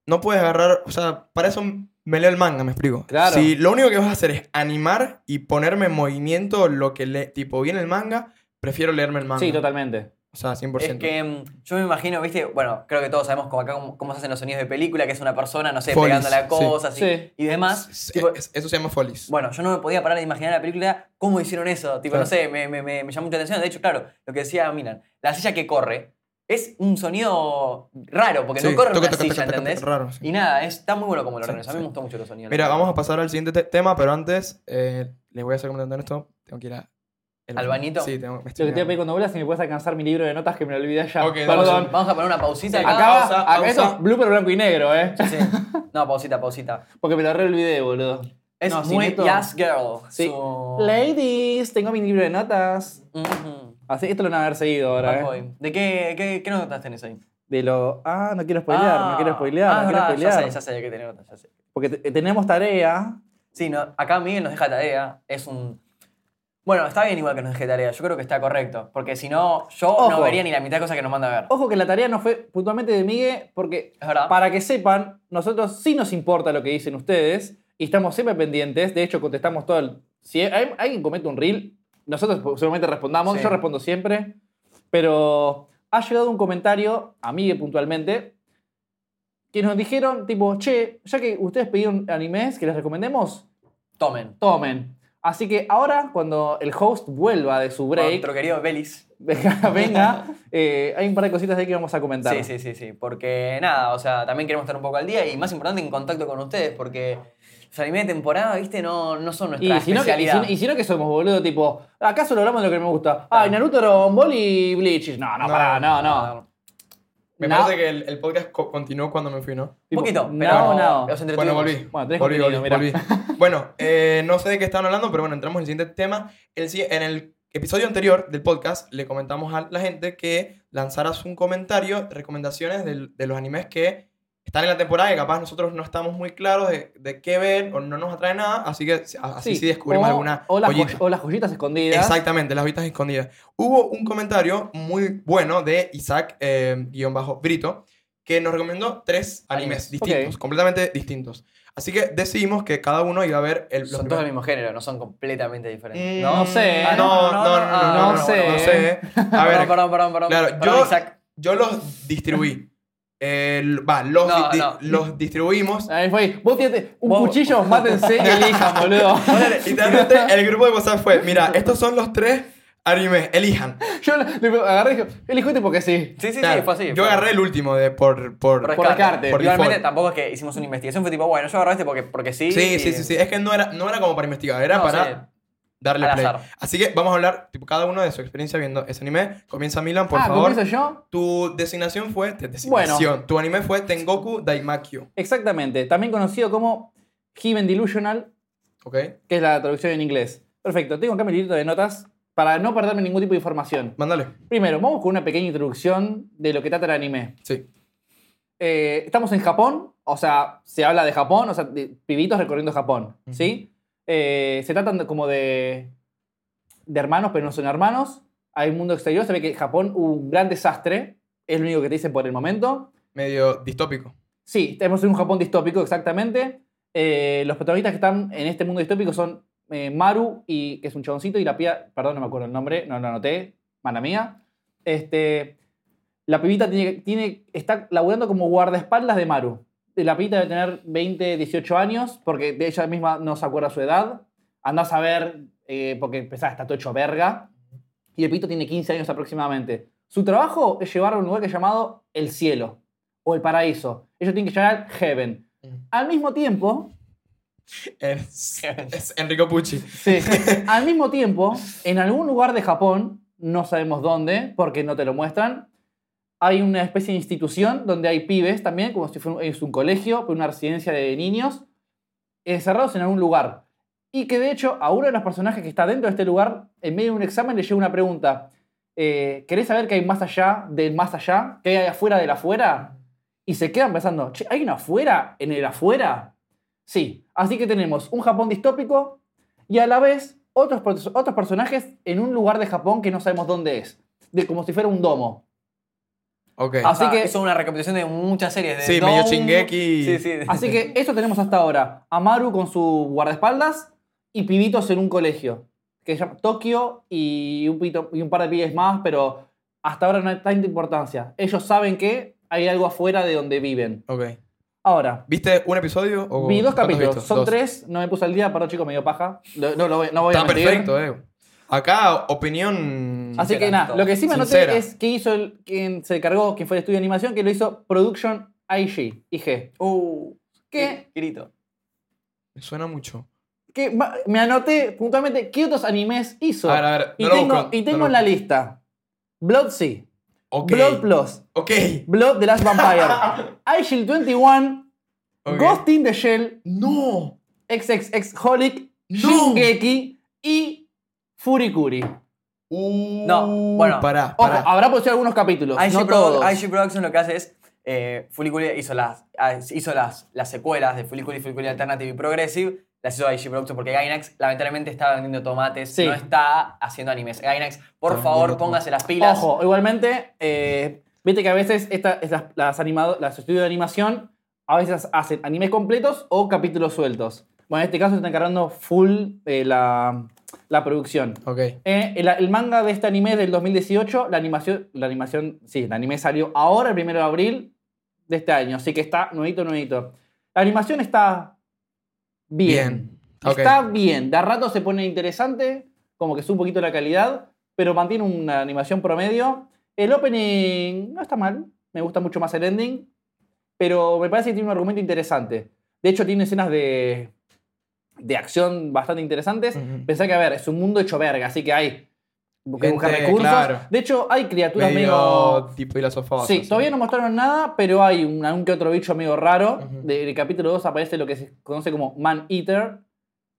no puedes agarrar. O sea, para eso me leo el manga, me explico.
Claro.
Si lo único que vas a hacer es animar y ponerme en movimiento lo que le, tipo viene el manga, prefiero leerme el manga.
Sí, totalmente.
O sea, 100%.
Es que mm, yo me imagino, viste, bueno, creo que todos sabemos cómo, acá cómo, cómo se hacen los sonidos de película, que es una persona, no sé,
Foley,
pegando la
sí.
cosa, así,
Sí.
y demás.
Es-
Tipo,
es- eso se llama folies.
bueno, yo no me podía parar de imaginar la película cómo hicieron eso. Tipo, no
Claro.
sé, me, me, me, me llamó mucha atención. De hecho, claro, lo que decía Milan, la silla que corre es un sonido raro, porque
Sí,
no corre
toca,
una
toca,
silla,
toca, toca,
¿entendés?
raro, sí.
Y nada, es- está muy bueno como lo
Sí,
organizó. A mí
sí.
me gustó mucho los sonidos.
Mira, vamos a pasar al siguiente te- tema, pero antes eh, les voy a hacer comentando esto. Tengo que ir a El
¿Al bañito?
Sí, tengo, me estoy
Lo que te voy a pedir
mirando.
cuando vuelvas, si me puedes alcanzar mi libro de notas que me lo olvidé ya.
Ok, dale,
Perdón.
Vamos a poner una pausita
Sí,
acá.
Acá,
pausa,
acá
pausa.
eso, blooper blanco y negro, eh.
Sí. No, pausita, pausita.
Porque me lo re olvidé, boludo.
Es
No, si
muy
meto-
Yes Girl.
Sí.
su-
Ladies, tengo mi libro de notas.
Ujú.
Así, esto lo van a haber seguido ahora,
Bad
eh.
boy. ¿De qué, qué, qué notas tenés ahí?
De lo. Ah, no quiero spoilear, no quiero spoilear,
Ah,
no
es
quiero
verdad,
spoilear.
Ya sé, ya sé que tenés notas, ya sé.
Porque te- tenemos tarea.
Sí, no, acá Miguel nos deja tarea. Es un. Bueno, está bien igual que nos deje tarea. Yo creo que está correcto. Porque si no, yo no
Ojo.
vería ni la mitad de cosas que nos manda a ver.
Ojo que la tarea no fue puntualmente de Migue, porque
Es verdad.
para que sepan, nosotros sí nos importa lo que dicen ustedes y estamos siempre pendientes. De hecho, contestamos todo el. Si hay- alguien comete un reel, nosotros seguramente respondamos.
Sí.
Yo respondo siempre. Pero ha llegado un comentario a Migue puntualmente que nos dijeron, tipo, che, ya que ustedes pidieron animes que les recomendemos,
Tomen.
tomen. Así que ahora, cuando el host vuelva de su break,
Nuestro querido Belis.
venga, venga, eh, hay un par de cositas ahí que vamos a comentar.
Sí, sí, sí, sí. Porque nada, o sea, también queremos estar un poco al día y más importante en contacto con ustedes porque los animes de temporada, viste, no, no son nuestra
Y si, no que, y,
especialidad.
si, y si no que somos, boludo, tipo, acá solo hablamos de lo que me gusta. Ah, y Naruto, Dragon Ball y Bleach. No,
No,
no, pará, no, no.
No,
Me
No.
parece que el, el podcast co- continuó cuando me fui, ¿no?
Un poquito,
Tipo,
pero
no, no.
los entretuvimos.
Bueno, volví.
Bueno, tenés
volví,
contenido,
volví,
mirá.
volví. Bueno, eh, no sé de qué estaban hablando, pero bueno, entramos en el siguiente tema. El si- en el episodio anterior del podcast le comentamos a la gente que lanzaras un comentario, recomendaciones del- de los animes que están en la temporada y capaz nosotros no estamos muy claros de, de qué ver o no nos atrae nada, así que si- a- así sí, descubrimos
o-
alguna
o las,
joyita.
joy- o las joyitas escondidas.
Exactamente, las habitas escondidas. Hubo un comentario muy bueno de Isaac eh, guión bajo Brito que nos recomendó tres
Animes.
animes distintos,
Ok.
completamente distintos. Así que decidimos que cada uno iba a ver el. los
Son todos
primeros-
del mismo género, no son completamente diferentes.
Mm,
¿no?
Eh, No sé,
ah, No, no, no, no,
ah,
no, no,
no
no
sé.
sé. ¿eh? A
perdón,
ver,
perdón, perdón, perdón.
claro,
Perdón,
yo-
Isaac.
yo los distribuí. El- va, los,
No,
di-
no.
los distribuimos.
Ahí fue. ahí. Vos fíjate, un
Vos-
cuchillo, mátense y elijan, boludo.
Literalmente, el grupo de WhatsApp fue: mira, estos son los tres animes, elijan.
Yo le le agarré y dije, elijo este porque sí.
Sí, sí, sí,
Claro,
fue así.
Yo
fue-
agarré el último de por. por
Por descarte.
por
Igualmente
default.
tampoco es que hicimos una investigación, fue tipo, bueno, yo agarré este porque, porque sí.
Sí,
y-
sí, sí,
Eh,
sí. Es que no era, no era como para investigar, era
No,
para darle
al
play.
azar.
Así que vamos a hablar, tipo, cada uno de su experiencia viendo ese anime. Comienza Milan, por
ah,
favor.
¿comienzo yo?
Tu designación fue. te-
Bueno.
Designación. Tu anime fue Tengoku Daimakyo.
Exactamente. También conocido como Heaven Delusional,
¿Ok?
que es la traducción en inglés. Perfecto, tengo acá mi librito de notas para no perderme ningún tipo de información.
Mándale.
Primero, vamos con una pequeña introducción de lo que trata el anime.
Sí.
Eh, estamos en Japón, o sea, se habla de Japón, o sea, de pibitos recorriendo Japón, ¿sí? Eh, se tratan de- como de, de hermanos, pero no son hermanos. Hay un mundo exterior, se ve que en Japón hubo un gran desastre, es lo único que te dicen por el momento.
Medio distópico.
Sí, tenemos un Japón distópico, exactamente. Eh, los protagonistas que están en este mundo distópico son eh, Maru, y, que es un chaboncito, y la pía, perdón, no me acuerdo el nombre, no lo anoté, mala mía. Este, la pibita tiene, tiene, está laburando como guardaespaldas de Maru. La pibita debe tener 20, 18 años, porque de ella misma no se acuerda su edad. Andás a ver, eh, porque pensá, está todo hecho verga. Y el pibito tiene 15 años aproximadamente. Su trabajo es llevarlo a un lugar que es llamado el cielo o el paraíso. Ellos tienen que llegar al heaven. Al mismo tiempo,
Es, es Enrico Pucci.
sí, al mismo tiempo, en algún lugar de Japón, no sabemos dónde, porque no te lo muestran, hay una especie de institución donde hay pibes también, como si fuera un, es un colegio, pero una residencia de niños, encerrados en algún lugar. Y que de hecho a uno de los personajes que está dentro de este lugar, en medio de un examen, le llega una pregunta. Eh, ¿Querés saber qué hay más allá del más allá? ¿Qué hay afuera del afuera? Y se quedan pensando, che, ¿hay un afuera en el afuera? Sí, así que tenemos un Japón distópico y a la vez otros, pers- otros personajes en un lugar de Japón que no sabemos dónde es, de, como si fuera un domo.
Ok.
Ah, Así
Así
que-
que eso es una recopilación de muchas series. De
Sí, medio
Down-
Shingeki.
Sí, sí.
Así que eso tenemos hasta ahora. Amaru con su guardaespaldas y pibitos en un colegio. Que se llama Tokio y un, pito- y un par de pibes más, pero hasta ahora no hay tanta importancia. Ellos saben que hay algo afuera de donde viven.
Ok.
Ahora,
¿Viste un episodio? O
vi dos
cuántos
capítulos.
viste?
Son
Dos.
tres, no me puse al día, perdón chicos, medio paja. No, no, lo voy- no voy a
Está
mentir.
perfecto, eh. Acá, opinión.
Así que
Sincera,
nada, lo que sí me
Sincera.
anoté es que hizo el, quien se cargó, quien fue el estudio de animación, que lo hizo Production IG. IG.
Uh,
¿Qué?
Eh.
Grito.
Me suena mucho.
que ma- me anoté puntualmente qué otros animes hizo.
A ver, a ver,
y
no lo
tengo,
busco,
y
no
tengo
lo
en la
busco.
lista Blood Sea,
Ok.
Blood Plus,
Ok.
Blood The Last Vampire, iShield 21,
ok.
Ghost in the Shell,
No.
XXX Holic,
No.
Shingeki y Furikuri.
Uh,
No, bueno.
Pará,
Ojo,
pará.
habrá producido algunos capítulos,
IG,
no
Produ-
todos.
IG Production lo que hace es. Eh, Fuliculi hizo, las, ah, hizo las, las secuelas de Fuliculi, Fuliculi Alternative y Progressive. Las hizo IG Production porque Gainax lamentablemente está vendiendo tomates,
Sí.
no está haciendo animes. Gainax, por
Está
favor,
vendiendo
póngase las pilas.
Ojo, igualmente, eh, viste que a veces esta- estas- las, animado- las estudios de animación a veces hacen animes completos o capítulos sueltos. Bueno, en este caso se está encargando full eh, la, la producción.
Ok.
Eh, el, el manga de este anime es del 2018, la animación, la animación, sí, el anime salió ahora, el 1 de abril de este año, así que está nuevito, nuevito. La animación está bien.
Bien. Ok.
Está bien, de a rato se pone interesante, como que sube un poquito la calidad, pero mantiene una animación promedio. El opening no está mal, me gusta mucho más el ending, pero me parece que tiene un argumento interesante. De hecho, tiene escenas de, de acción bastante interesantes.
Ujú.
Pensá que, a ver, es un mundo hecho verga, así que hay que
Gente,
buscar recursos.
claro.
De hecho, hay criaturas medio...
Medio tipo y la sofá.
Sí, todavía no mostraron nada, pero hay un, algún que otro bicho medio raro.
Ujú.
De- En el capítulo 2 aparece lo que se conoce como Man Eater,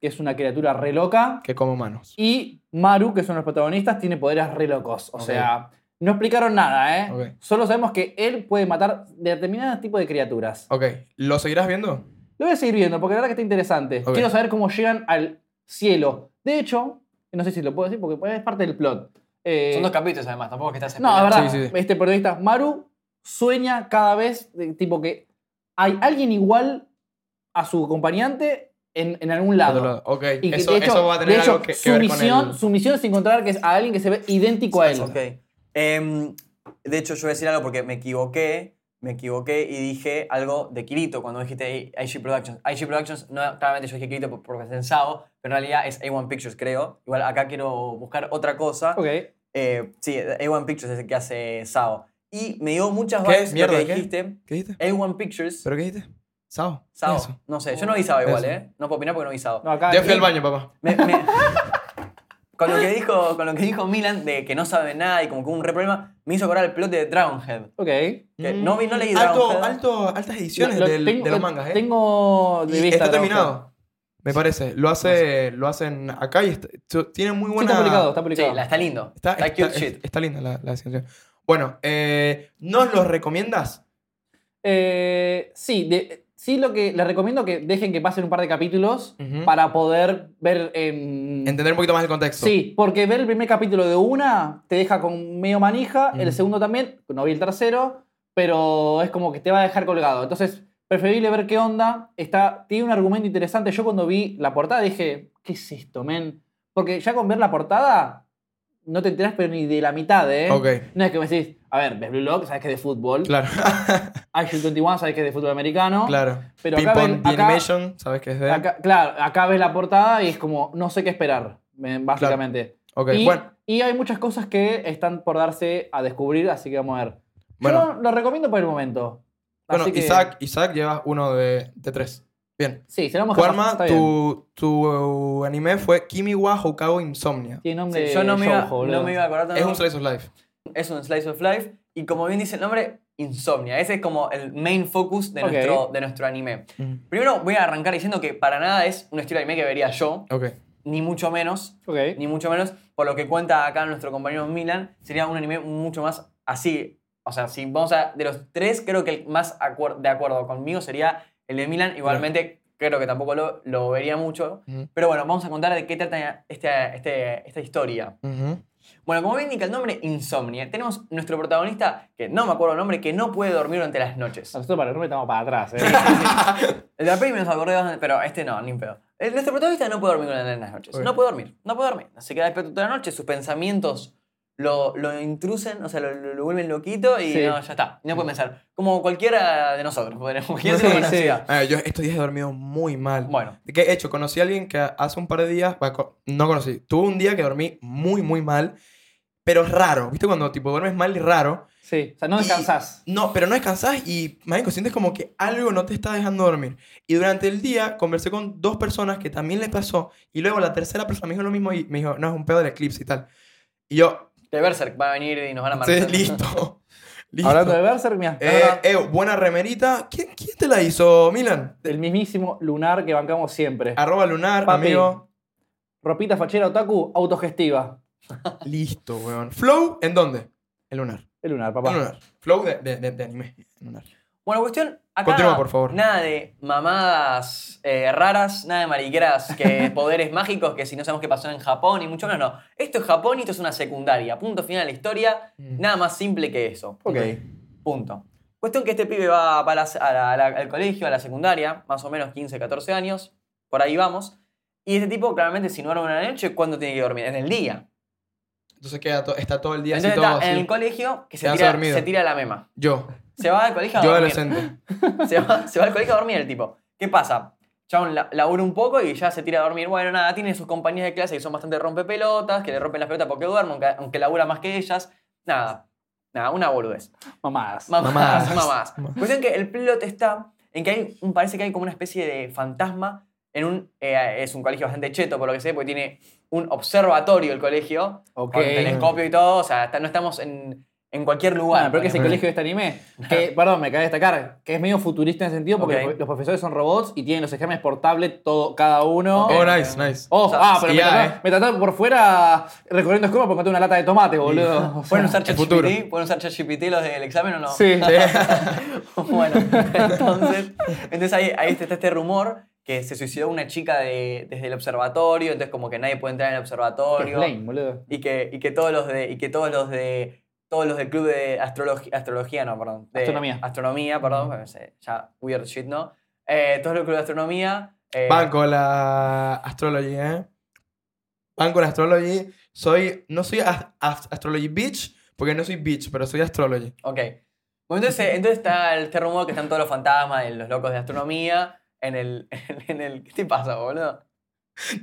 que es una criatura re loca.
Que como manos.
Y Maru, que son los protagonistas, tiene poderes re locos. O
Ok.
sea, no explicaron nada, ¿eh?
Ok.
Solo sabemos que él puede matar determinados tipos de criaturas.
Ok. ¿Lo seguirás viendo?
Lo voy a seguir viendo porque la verdad que está interesante.
Ok.
Quiero saber cómo llegan al cielo. De hecho, no sé si lo puedo decir porque es parte del plot. Eh,
Son dos capítulos además, tampoco es que estás
no, la verdad,
Sí, sí, sí.
este periodista Maru sueña cada vez, de- tipo que hay alguien igual a su acompañante en, en algún lado.
Otro lado. Ok.
Y que,
eso,
de hecho,
eso va a tener
de hecho,
algo que, que
su,
ver con
misión,
el...
su misión es encontrar que es a alguien que se ve idéntico a él.
Ok. Em, de hecho, yo voy a decir algo porque me equivoqué. Me equivoqué y dije algo de Kirito cuando dijiste I- IG Productions. IG Productions, no, claramente yo dije Kirito por- porque es en Sao, pero en realidad es A1 Pictures, creo. Igual acá quiero buscar otra cosa.
Ok.
Eh, sí, A1 Pictures es el que hace Sao. Y me dio muchas
¿Qué?
veces lo
Mierda,
que
¿qué?
dijiste.
¿Qué dijiste?
A1 Pictures,
¿Pero qué dijiste? Sao.
Sao.
Eso. Oh,
No sé, yo no vi Sao igual,
Eso.
¿eh? No puedo opinar porque no vi Sao.
No, acá-
Ya fui al baño, papá.
Me- me- con, lo que dijo, con lo que dijo Milan de que no sabe nada y como que hubo un re problema, me hizo acordar el plot de Drownhead.
Ok.
Que
Mm.
no vi, no leí
Alto,
Dragon Head.
alto, altas ediciones
Lo- lo
del- de los mangas, ¿eh?
Tengo de
Y está
vista. la hoja.
terminado. Me parece. Lo hace, lo hacen acá y está- tu- tiene muy
Sí,
buena.
está publicado, está
Sí,
publicado.
la, está lindo.
Está,
Está,
está-
cute shit.
está linda la, la sensación. Bueno, eh, ¿nos los recomiendas?
Eh, sí, de- sí lo que les recomiendo que dejen que pasen un par de capítulos
Ujú.
para poder ver en,
Entender un poquito más el contexto.
Sí, porque ver el primer capítulo de una te deja con medio manija, el
Mm.
segundo también, no vi el tercero, pero es como que te va a dejar colgado. Entonces, preferible ver qué onda. Está, tiene un argumento interesante. Yo cuando vi la portada dije, ¿qué es esto, men? Porque ya con ver la portada no te enterás pero ni de la mitad, ¿eh?
Ok.
No es que me decís, a ver, ves Blue Lock, sabes que es de fútbol.
Claro.
Action 21, sabes que es de fútbol americano.
claro.
Pero
Ping
acá
Pong
ven-
The
acá-
Animation, ¿sabes qué es de?
Acá- claro, acá ves la portada y es como, no sé qué esperar, men, básicamente.
ok,
Y,
bueno.
y hay muchas cosas que están por darse a descubrir, así que vamos a ver. Yo
Bueno.
lo recomiendo por el momento.
Bueno,
Así que-
Isaac, Isaac llevas uno de, de tres. Bien.
Sí, se lo vamos a
Juanma,
está bien.
tu, tu anime fue Kimi wa Hokago Insomnia.
Tiene
Sí,
nombre
yo no me, iba,
shoujo, boludo.
no me iba a acordar
Es
tanto.
un slice of life.
Es un slice of life. Y como bien dice el nombre, Insomnia. Ese es como el main focus de,
Ok.
nuestro, de nuestro anime.
Mm.
Primero voy a arrancar diciendo que para nada es un estilo de anime que vería yo,
Ok.
ni mucho menos.
Ok.
ni mucho menos por lo que cuenta acá nuestro compañero Milan, sería un anime mucho más así. O sea, si vamos a. De los tres, creo que el más acuer- de acuerdo conmigo sería el de Milan. Igualmente, creo que tampoco lo, lo vería mucho.
Ujú.
Pero bueno, vamos a contar de qué trata este- este- esta historia.
Ujú.
Bueno, como bien indica el nombre, Insomnia. Tenemos nuestro protagonista, que no me acuerdo el nombre, que no puede dormir durante las noches.
Nosotros para el nombre estamos para atrás, ¿eh?
El de la peli me los acordé bastante, pero este no, ni un pedo. El- Nuestro protagonista no puede dormir en las noches.
Ok.
No puede dormir, no puede dormir. Se queda despierto toda la noche, sus pensamientos lo, lo intrusen, o sea, lo, lo- lo vuelven loquito y
Sí.
no, ya está. No puede pensar. Como cualquiera de nosotros, podríamos- cualquiera
Sí,
de la
sí.
sociedad.
Ah, yo estos días he dormido muy mal.
Bueno,
¿Qué he hecho? Conocí a alguien que hace un par de días, bueno, co- no conocí, tuve un día que dormí muy, muy mal pero es raro. ¿Viste cuando tipo duermes mal y raro?
Sí, o sea, no
Y-
descansás.
No, pero no descansás y, marico, sientes como que algo no te está dejando dormir. Y durante el día conversé con dos personas que también les pasó y luego la tercera persona me dijo lo mismo y me dijo, no, es un pedo del eclipse y tal. Y yo,
De Berserk va a venir y nos van a matar.
"Sí, listo. listo.
Hablando de Ah, Berserk, mira,
Eh, eh, buena remerita. ¿Quién, quién te la hizo, Milan?
el mismísimo lunar que bancamos siempre.
Arroba lunar,
Papi.
amigo.
Ropita fachera otaku, autogestiva.
Listo, weón. ¿Flow en dónde? El lunar.
El lunar,
El
papá.
lunar. Flow de, de, de- de anime. Lunar.
Bueno, cuestión. Acá
Continúa, por favor.
Nada de mamadas eh, raras, nada de mariqueras, que poderes mágicos, que si no sabemos qué pasó en Japón y mucho menos, no. Esto es Japón y esto es una secundaria. Punto final de la historia.
Mm.
Nada más simple que eso.
Ok.
Punto. Cuestión que este pibe va, va a la- a la- a la- al colegio, a la secundaria, más o menos 15, 14 años, por ahí vamos. Y este tipo, claramente, si no duerme una noche, ¿cuándo tiene que dormir? En el día.
Entonces queda to- está todo el día así
Entonces
todo
está en
así.
el colegio que se
Quedarse
tira,
dormido.
se tira la mema.
Yo.
Se va al colegio a
Yo
dormir.
adolescente.
Se va, se va al colegio a dormir el tipo. ¿Qué pasa? Chabón la- labura un poco y ya se tira a dormir. Bueno, nada, tiene sus compañías de clase que son bastante rompepelotas, que le rompen las pelotas porque duermen, aunque, aunque labura más que ellas. Nada, nada, una boludez.
Mamadas.
Mamás,
Mamadas.
mamás.
Mamás.
Cuestión que el plot está en que hay, un- parece que hay como una especie de fantasma en un, eh, es un colegio bastante cheto por lo que sé, porque tiene un observatorio el colegio,
ok.
con telescopio y todo, o sea, está- no estamos en, en cualquier lugar.
Bueno, pero que es el
Bueno.
colegio de este anime. Que, perdón, me cabe destacar que es medio futurista en ese sentido porque
Ok.
los, los profesores son robots y tienen los exámenes por tablet todo, cada uno.
Ok.
Oh, nice, nice.
Oh,
O sea,
ah, pero
sí,
me,
ya,
trató,
eh.
me trató por fuera recorriendo escoba porque encontré una lata de tomate, boludo. O sea,
¿Pueden usar
el futuro.
ChatGPT? ¿Pueden usar ChatGPT los del examen o no?
Sí.
bueno, entonces, entonces ahí, ahí está este rumor que se suicidó una chica de- desde el observatorio, entonces como que nadie puede entrar en el
Qué
observatorio.
lame, boludo.
y que, y que todos los de y que todos los de todos los del club de astrología astrología no perdón de
Astronomía.
astronomía perdón me sé, ya weird shit no Eh, todos los clubes de astronomía eh,
Banco la astrology, ¿eh? Banco la astrology. Soy, no soy as- as- astrology bitch, porque no soy bitch, pero soy astrology.
ok bueno, entonces, entonces está el este rumor que están todos los fantasmas de los locos de astronomía en el en el qué te pasa boludo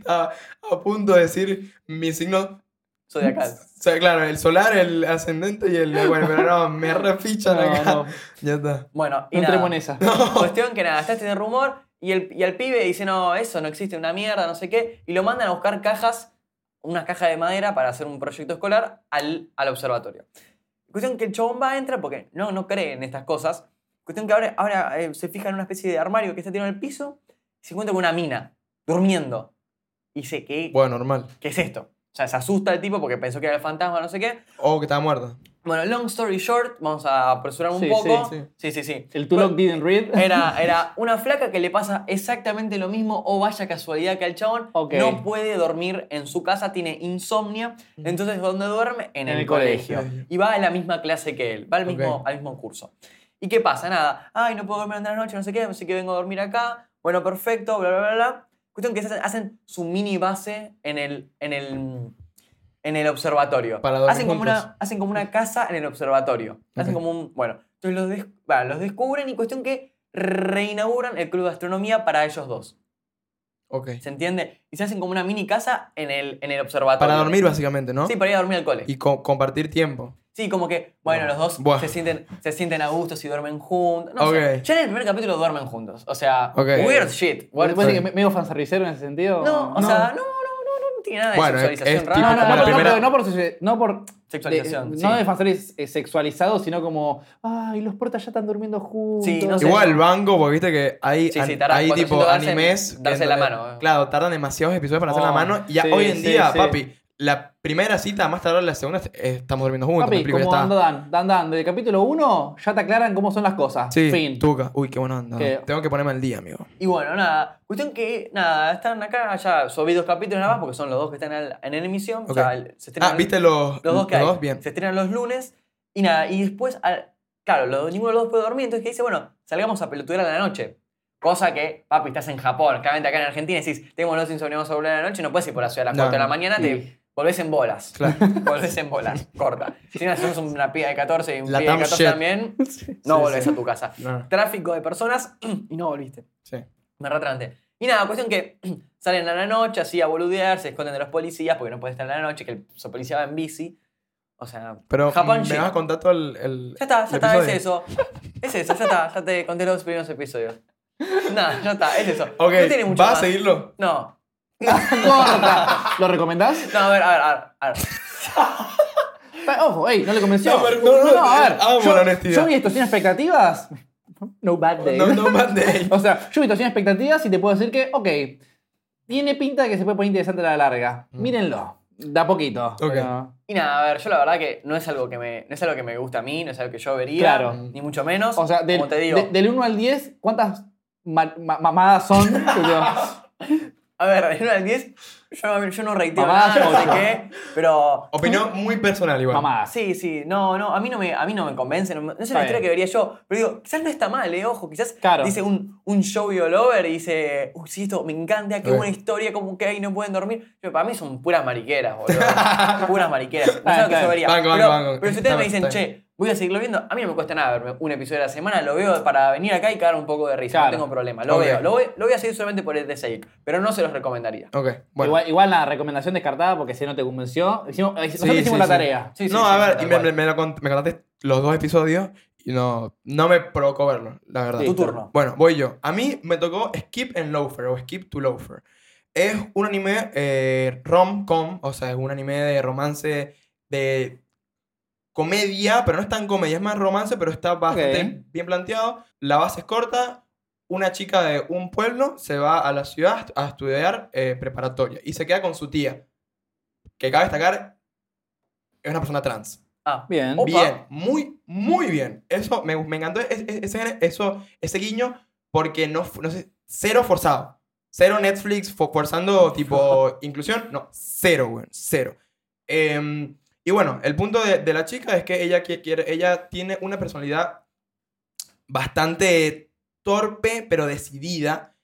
A, a punto de decir mi signo.
soy de acá
O sea, claro, el solar, el ascendente y el. Bueno, pero no, me
No,
refichan acá.
no, no
Ya está.
bueno y nada.
entremos en esa.
Cuestión que nada, está este rumor y el, y el pibe dice, no, eso no existe, una mierda, no sé qué, y lo mandan a buscar cajas, una caja de madera para hacer un proyecto escolar al, al observatorio. Cuestión que el chabón va, entra, porque no, no cree en estas cosas. Cuestión que ahora, ahora eh, se fija en una especie de armario que está tirado en el piso y se encuentra con una mina, durmiendo. Y dice, ¿qué,
Bueno, normal.
¿qué es esto? O sea, se asusta el tipo porque pensó que era el fantasma, no sé qué.
O Oh, que estaba muerta.
Bueno, long story short, vamos a apresurar un
Sí, sí,
poco.
sí.
sí, sí. sí.
El Tulok didn't read.
Era, era una flaca que le pasa exactamente lo mismo, o vaya casualidad que al chabón.
Ok.
No puede dormir en su casa, tiene insomnia. Entonces, ¿dónde duerme? En, el, colegio. Y va a la misma clase que él, va al mismo,
Ok.
al mismo curso. ¿Y qué pasa? Nada. Ay, no puedo dormir en la noche, no sé qué, así que vengo a dormir acá. Bueno, perfecto, bla, bla, bla, bla. Cuestión que se hacen, hacen su mini base en el, en el, en el observatorio.
Para dormir
hacen, como
juntos.
una, hacen como una casa en el observatorio. Hacen
Ok.
como un. Bueno, entonces los, des- bueno, los descubren y cuestión que reinauguran el club de astronomía para ellos dos.
Ok.
¿Se entiende? Y se hacen como una mini casa en el, en el observatorio.
Para dormir, básicamente, ¿no?
Sí, para ir a dormir al cole.
Y co- compartir tiempo.
Sí, como que, bueno, los dos
Buah.
se sienten, se sienten a gusto si duermen juntos. No, sé,
Ok.
ya en el primer capítulo duermen juntos. O sea,
Ok.
weird shit.
Bueno,
weird
¿Vos
sí.
decís que me- medio fanservicero en ese sentido?
No, o
No.
sea, no, no, no, no, no tiene nada de
Bueno,
sexualización
es
rara.
tipo
No, no,
como
no,
la
no,
primera-
no, no por, sexu- no por
Sexualización,
de-
sí.
no de fanservice eh, sexualizado, sino como, ay, los portas ya están durmiendo juntos.
Sí, no sé.
Igual, banco, porque viste que hay,
Sí, sí,
an-
tardan
hay
400
tipo
darse en-
animes. que
darse la
donde-
mano, eh.
Claro, tardan demasiados episodios para hacer
Oh,
la mano. Y ya
sí,
hoy en
sí,
día,
sí.
papi, la primera cita, más tarde la segunda, eh, estamos durmiendo juntos. me
Papi,
explico, ya
como
está.
Dan Dan, Dan Dan, desde el capítulo 1 ya te aclaran cómo son las cosas.
Sí,
fin.
Tuca. Uy, qué buena onda.
Que-
Tengo que ponerme al día, amigo.
Y bueno, nada. Cuestión que, nada, están acá, ya subí dos capítulos nada más porque son los dos que están al- en emisión. O
Ok.
sea, el- se estrenan
Ah, ¿viste los,
los dos que hay.
Bien.
Se estrenan los lunes y nada. Y después, al- claro, los- ninguno de los dos puede dormir. Entonces, que dice? Bueno, salgamos a pelotudear a la noche. Cosa que, papi, estás en Japón. Claramente acá en Argentina decís, tengo los insomnios, vamos a volver a la noche. No puedes ir por la ciudad a las
No,
4 de la
no.
mañana, te volvés en bolas.
Claro.
Volvés en bolas, corta. Si no, sos una piba de 14 y un
La
pibe de
tam
14
shit.
también, no
sí,
volvés
sí.
a tu casa.
No,
Tráfico de personas y no volviste.
sí.
Me retrante. Y nada, cuestión que salen a la noche así a boludear, se esconden de los policías porque no pueden estar a la noche, que el so- policía va en bici. O sea,
Pero
Japón
me
China.
vas a contar todo el... el-
Ya está,
el
ya está, es
episodio.
eso. Es eso, ya está, ya te conté los primeros episodios. Nada, ya está, es eso.
Ok,
no tiene mucho
¿vas
más.
a seguirlo?
No.
Corta. ¿Lo recomendás?
No, a ver, a ver, a ver. A ver.
Pa- Ojo, ey, no le convenció.
No, pero- no, no,
a ver.
amo
yo,
la honestidad.
yo vi esto sin expectativas. No bad day.
No, no mandé.
O sea, yo vi esto sin expectativas y te puedo decir que, ok, tiene pinta de que se puede poner interesante a la larga.
Mm.
Mírenlo. Da poquito. pero-
Y nada, a ver, yo la verdad que no es algo que me, no es algo que me gusta a mí, no es algo que yo vería,
Claro.
ni mucho menos.
O sea, del,
como te digo.
de- del 1 al 10, ¿cuántas ma- ma- mamadas son? Digo,
A ver, del 1 al 10, yo, yo no reitero
Mamá,
nada, no sé
yo-
qué, pero
Opinión muy personal igual.
mamadas.
Ah, Sí, sí, no, no, a mí no me, a mí no me convence, no, me- no es
Está
una historia
bien.
que vería yo, pero digo, quizás no está mal, eh, ojo, quizás
Claro.
dice un, un show your lover y dice, uy, sí, esto me encanta, qué
Ok.
buena historia, como que ahí no pueden dormir. Yo, para mí son puras mariqueras, boludo, puras mariqueras, no es
bien,
algo que
está
yo
bien.
vería.
Banco, banco,
pero,
banco.
pero si ustedes
Está
me
bien,
dicen,
está
che, voy a seguirlo viendo, a mí no me cuesta nada verme un episodio a la semana, lo veo para venir acá y cagar un poco de risa,
Claro.
no tengo problema, lo
Ok.
veo, lo voy, lo voy a seguir solamente por el de sake, pero no se los recomendaría.
Ok, bueno.
Igual, igual la recomendación descartada porque si no te convenció, hicimos, eh, nosotros
Sí,
hicimos
sí,
la
sí.
tarea.
Sí, sí,
no,
sí,
a
sí,
ver,
tal
y me,
cual.
me- me lo cont- me contaste los dos episodios y no, no me provocó verlo, la verdad.
Sí.
Tu turno.
Bueno, voy yo. A mí me tocó Skip and Loafer o Skip to Loafer. Es un anime eh, rom-com, o sea, es un anime de romance, de comedia, pero no es tan comedia, es más romance, pero está bastante
Ok.
bien planteado. La base es corta. Una chica de un pueblo se va a la ciudad a estudiar eh, preparatoria y se queda con su tía, que cabe destacar, es una persona trans.
Ah,
Bien.
Opa.
Bien, muy, muy bien. Eso me, me encantó es- es- ese, eso, ese guiño porque no, fu- no sé, cero forzado. Cero Netflix fo- forzando tipo inclusión. No, cero, güey, cero. Em, y bueno, el punto de, de la chica es que ella, qui- quiere, ella tiene una personalidad bastante torpe, pero decidida.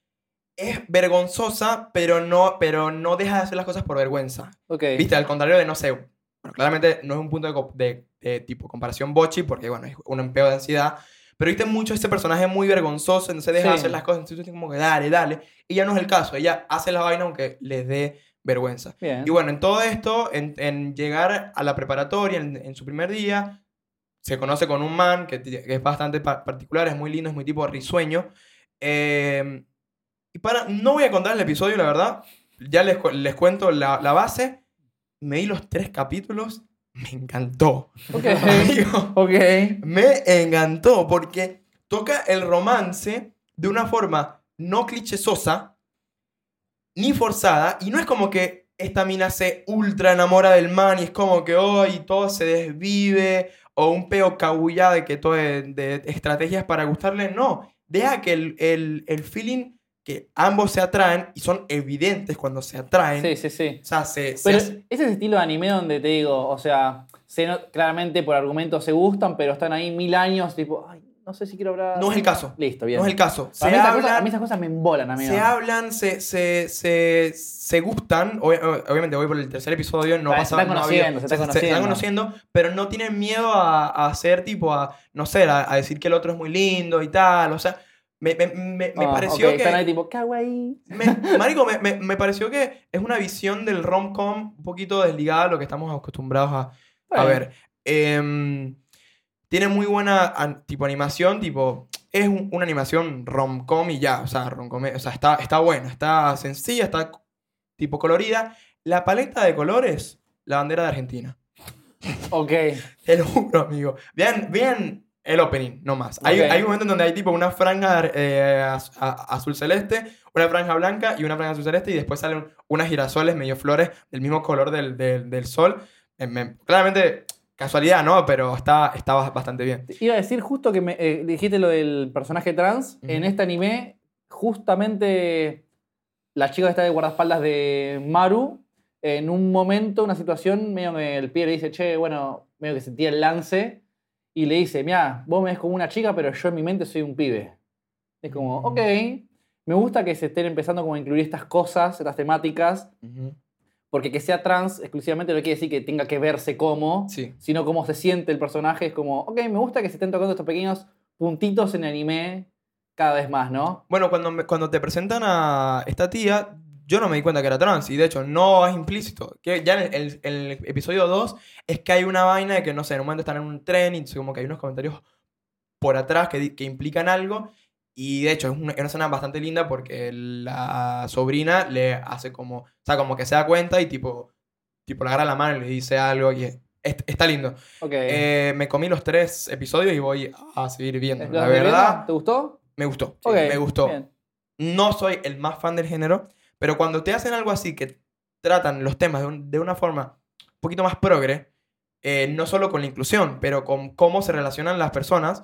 Es vergonzosa, pero no, pero no deja de hacer las cosas por vergüenza.
Ok.
Viste, al contrario de, no sé, bueno, claramente no es un punto de, co- de- de tipo comparación bochi, porque bueno, es un empleo de ansiedad, pero viste mucho este personaje muy vergonzoso, entonces deja de
Sí.
hacer las cosas, entonces tú como que dale, dale, y ya no es el caso, ella hace las vainas aunque les dé vergüenza.
Bien.
Y bueno, en todo esto, en, en llegar a la preparatoria, en, en su primer día, se conoce con un man que, ti- que es bastante pa- particular, es muy lindo, es muy tipo risueño. Eh, y para, no voy a contar el episodio, la verdad. Ya les, cu- les cuento la, la base. Me di los tres capítulos, me encantó.
Ok.
Amigo,
ok.
me encantó porque toca el romance de una forma no clichesosa ni forzada y no es como que esta mina se ultra enamora del man y es como que hoy todo se desvive o un peo cabullá de que todo es de estrategias para gustarle, no, deja que el, el- el feeling que ambos se atraen y son evidentes cuando se atraen,
Sí, sí, sí.
o sea, se, se
Pero
hace-
ese es el estilo de anime donde te digo, o sea, se no- claramente por argumentos se gustan, pero están ahí mil años, tipo, ay, no sé si quiero hablar.
no es el caso,
Listo, bien.
no es el caso.
A
Se
mí, esas
hablan-
cosas, a mí esas cosas me embolan, amigo.
Se hablan, se, se, se, se gustan. Obvia- Obviamente voy por el tercer episodio, no
Ah, se
pasa
están
no ha
conociendo,
habido-
se están
están conociendo, pero no tienen miedo a, a hacer tipo a, no sé, a, a decir que el otro es muy lindo y tal. O sea, me, me, me, me
Ah,
pareció
ok, Están ahí
que.
tipo, kawaii.
me- marico, me, me, me pareció que es una visión del rom-com un poquito desligada a lo que estamos acostumbrados a, a
Bueno.
ver, em, tiene muy buena an- tipo animación, tipo es un- una animación rom-com y ya, o sea, rom-com, o sea, está, está buena, está sencilla, está co- tipo colorida. La paleta de colores, la bandera de Argentina.
Ok.
Te lo juro, amigo. Vean, vean el opening, no más. Hay,
Ok.
hay un momento en donde hay tipo una franja eh, az- a- azul celeste, una franja blanca y una franja azul celeste y después salen unas girasoles medio flores del mismo color del, del- del sol. Eh, me- claramente, casualidad, ¿no? Pero está, está ba- bastante bien.
Iba a decir justo que me eh, dijiste lo del personaje trans.
Ujú.
En este anime, justamente la chica que está de guardaespaldas de Maru, en un momento, una situación, medio que el pie le dice, che, bueno, medio que sentía el lance, y le dice, mira, vos me ves como una chica, pero yo en mi mente soy un pibe. Es como,
Mm.
ok, me gusta que se estén empezando como a incluir estas cosas, estas temáticas, porque que sea trans exclusivamente no quiere decir que tenga que verse como,
Sí.
sino cómo se siente el personaje. Es como, ok, me gusta que se estén tocando estos pequeños puntitos en el anime cada vez más, ¿no?
Bueno, cuando, me- cuando te presentan a esta tía, yo no me di cuenta que era trans. Y de hecho, no es implícito. Que ya en el, en el episodio 2 es que hay una vaina de que, no sé, en un momento están en un tren y como que hay unos comentarios por atrás que, di- que implican algo. Y de hecho, es una, es una escena bastante linda porque la sobrina le hace como, o sea, como que se da cuenta y tipo, tipo le agarra la mano y le dice algo y es- es- está lindo.
Ok.
Eh, me comí los tres episodios y voy a seguir viendo.
¿Los
La
de Violeta?
verdad,
¿Te gustó?
me gustó.
Ok,
me gustó.
bien.
No soy el más fan del género, pero cuando te hacen algo así que tratan los temas de, un- de una forma un poquito más progre, eh, no solo con la inclusión, pero con cómo se relacionan las personas,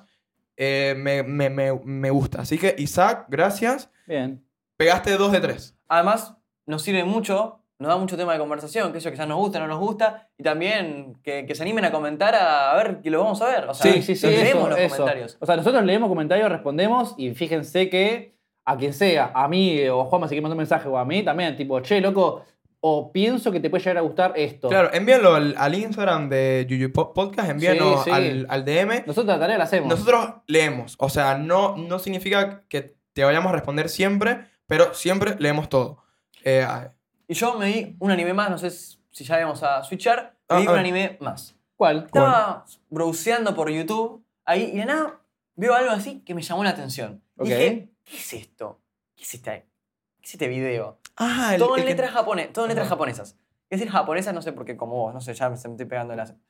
eh, me, me- me- me gusta. Así que, Isaac, gracias.
Bien.
Pegaste dos de tres.
Además, nos sirve mucho, nos da mucho tema de conversación, que eso quizás nos gusta, no nos gusta, y también que, que se animen a comentar a, a ver que lo vamos a ver. O sea,
sí, sí, sí.
los
eso,
leemos los
eso.
comentarios.
O sea, nosotros leemos comentarios, respondemos y fíjense que a quien sea, a mí o Juanma, si quiere mandar un mensaje o a mí también, tipo, che, loco, o pienso que te puede llegar a gustar esto.
Claro, envíenlo al, al Instagram de Yuyu Po- Podcast, envíenlo
sí.
Al, al DM.
Nosotros la tarea la hacemos.
Nosotros leemos, o sea, no, no significa que te vayamos a responder siempre, pero siempre leemos todo. Eh, ah,
Y yo me di un anime más, no sé si ya íbamos a switchar, me
Ah,
di
ah.
un anime más.
¿Cuál?
¿Cuál?
Estaba browseando por YouTube ahí y de nada veo algo así que me llamó la atención.
Ok.
Dije, ¿qué es esto? ¿Qué es este, qué es este video?
ah, el-
todo
el
en
que-
letras japonesas, todo en letras
Ajá.
japonesas. Es decir, japonesas no sé por qué, como vos, no sé, ya me se me estoy pegando el acento.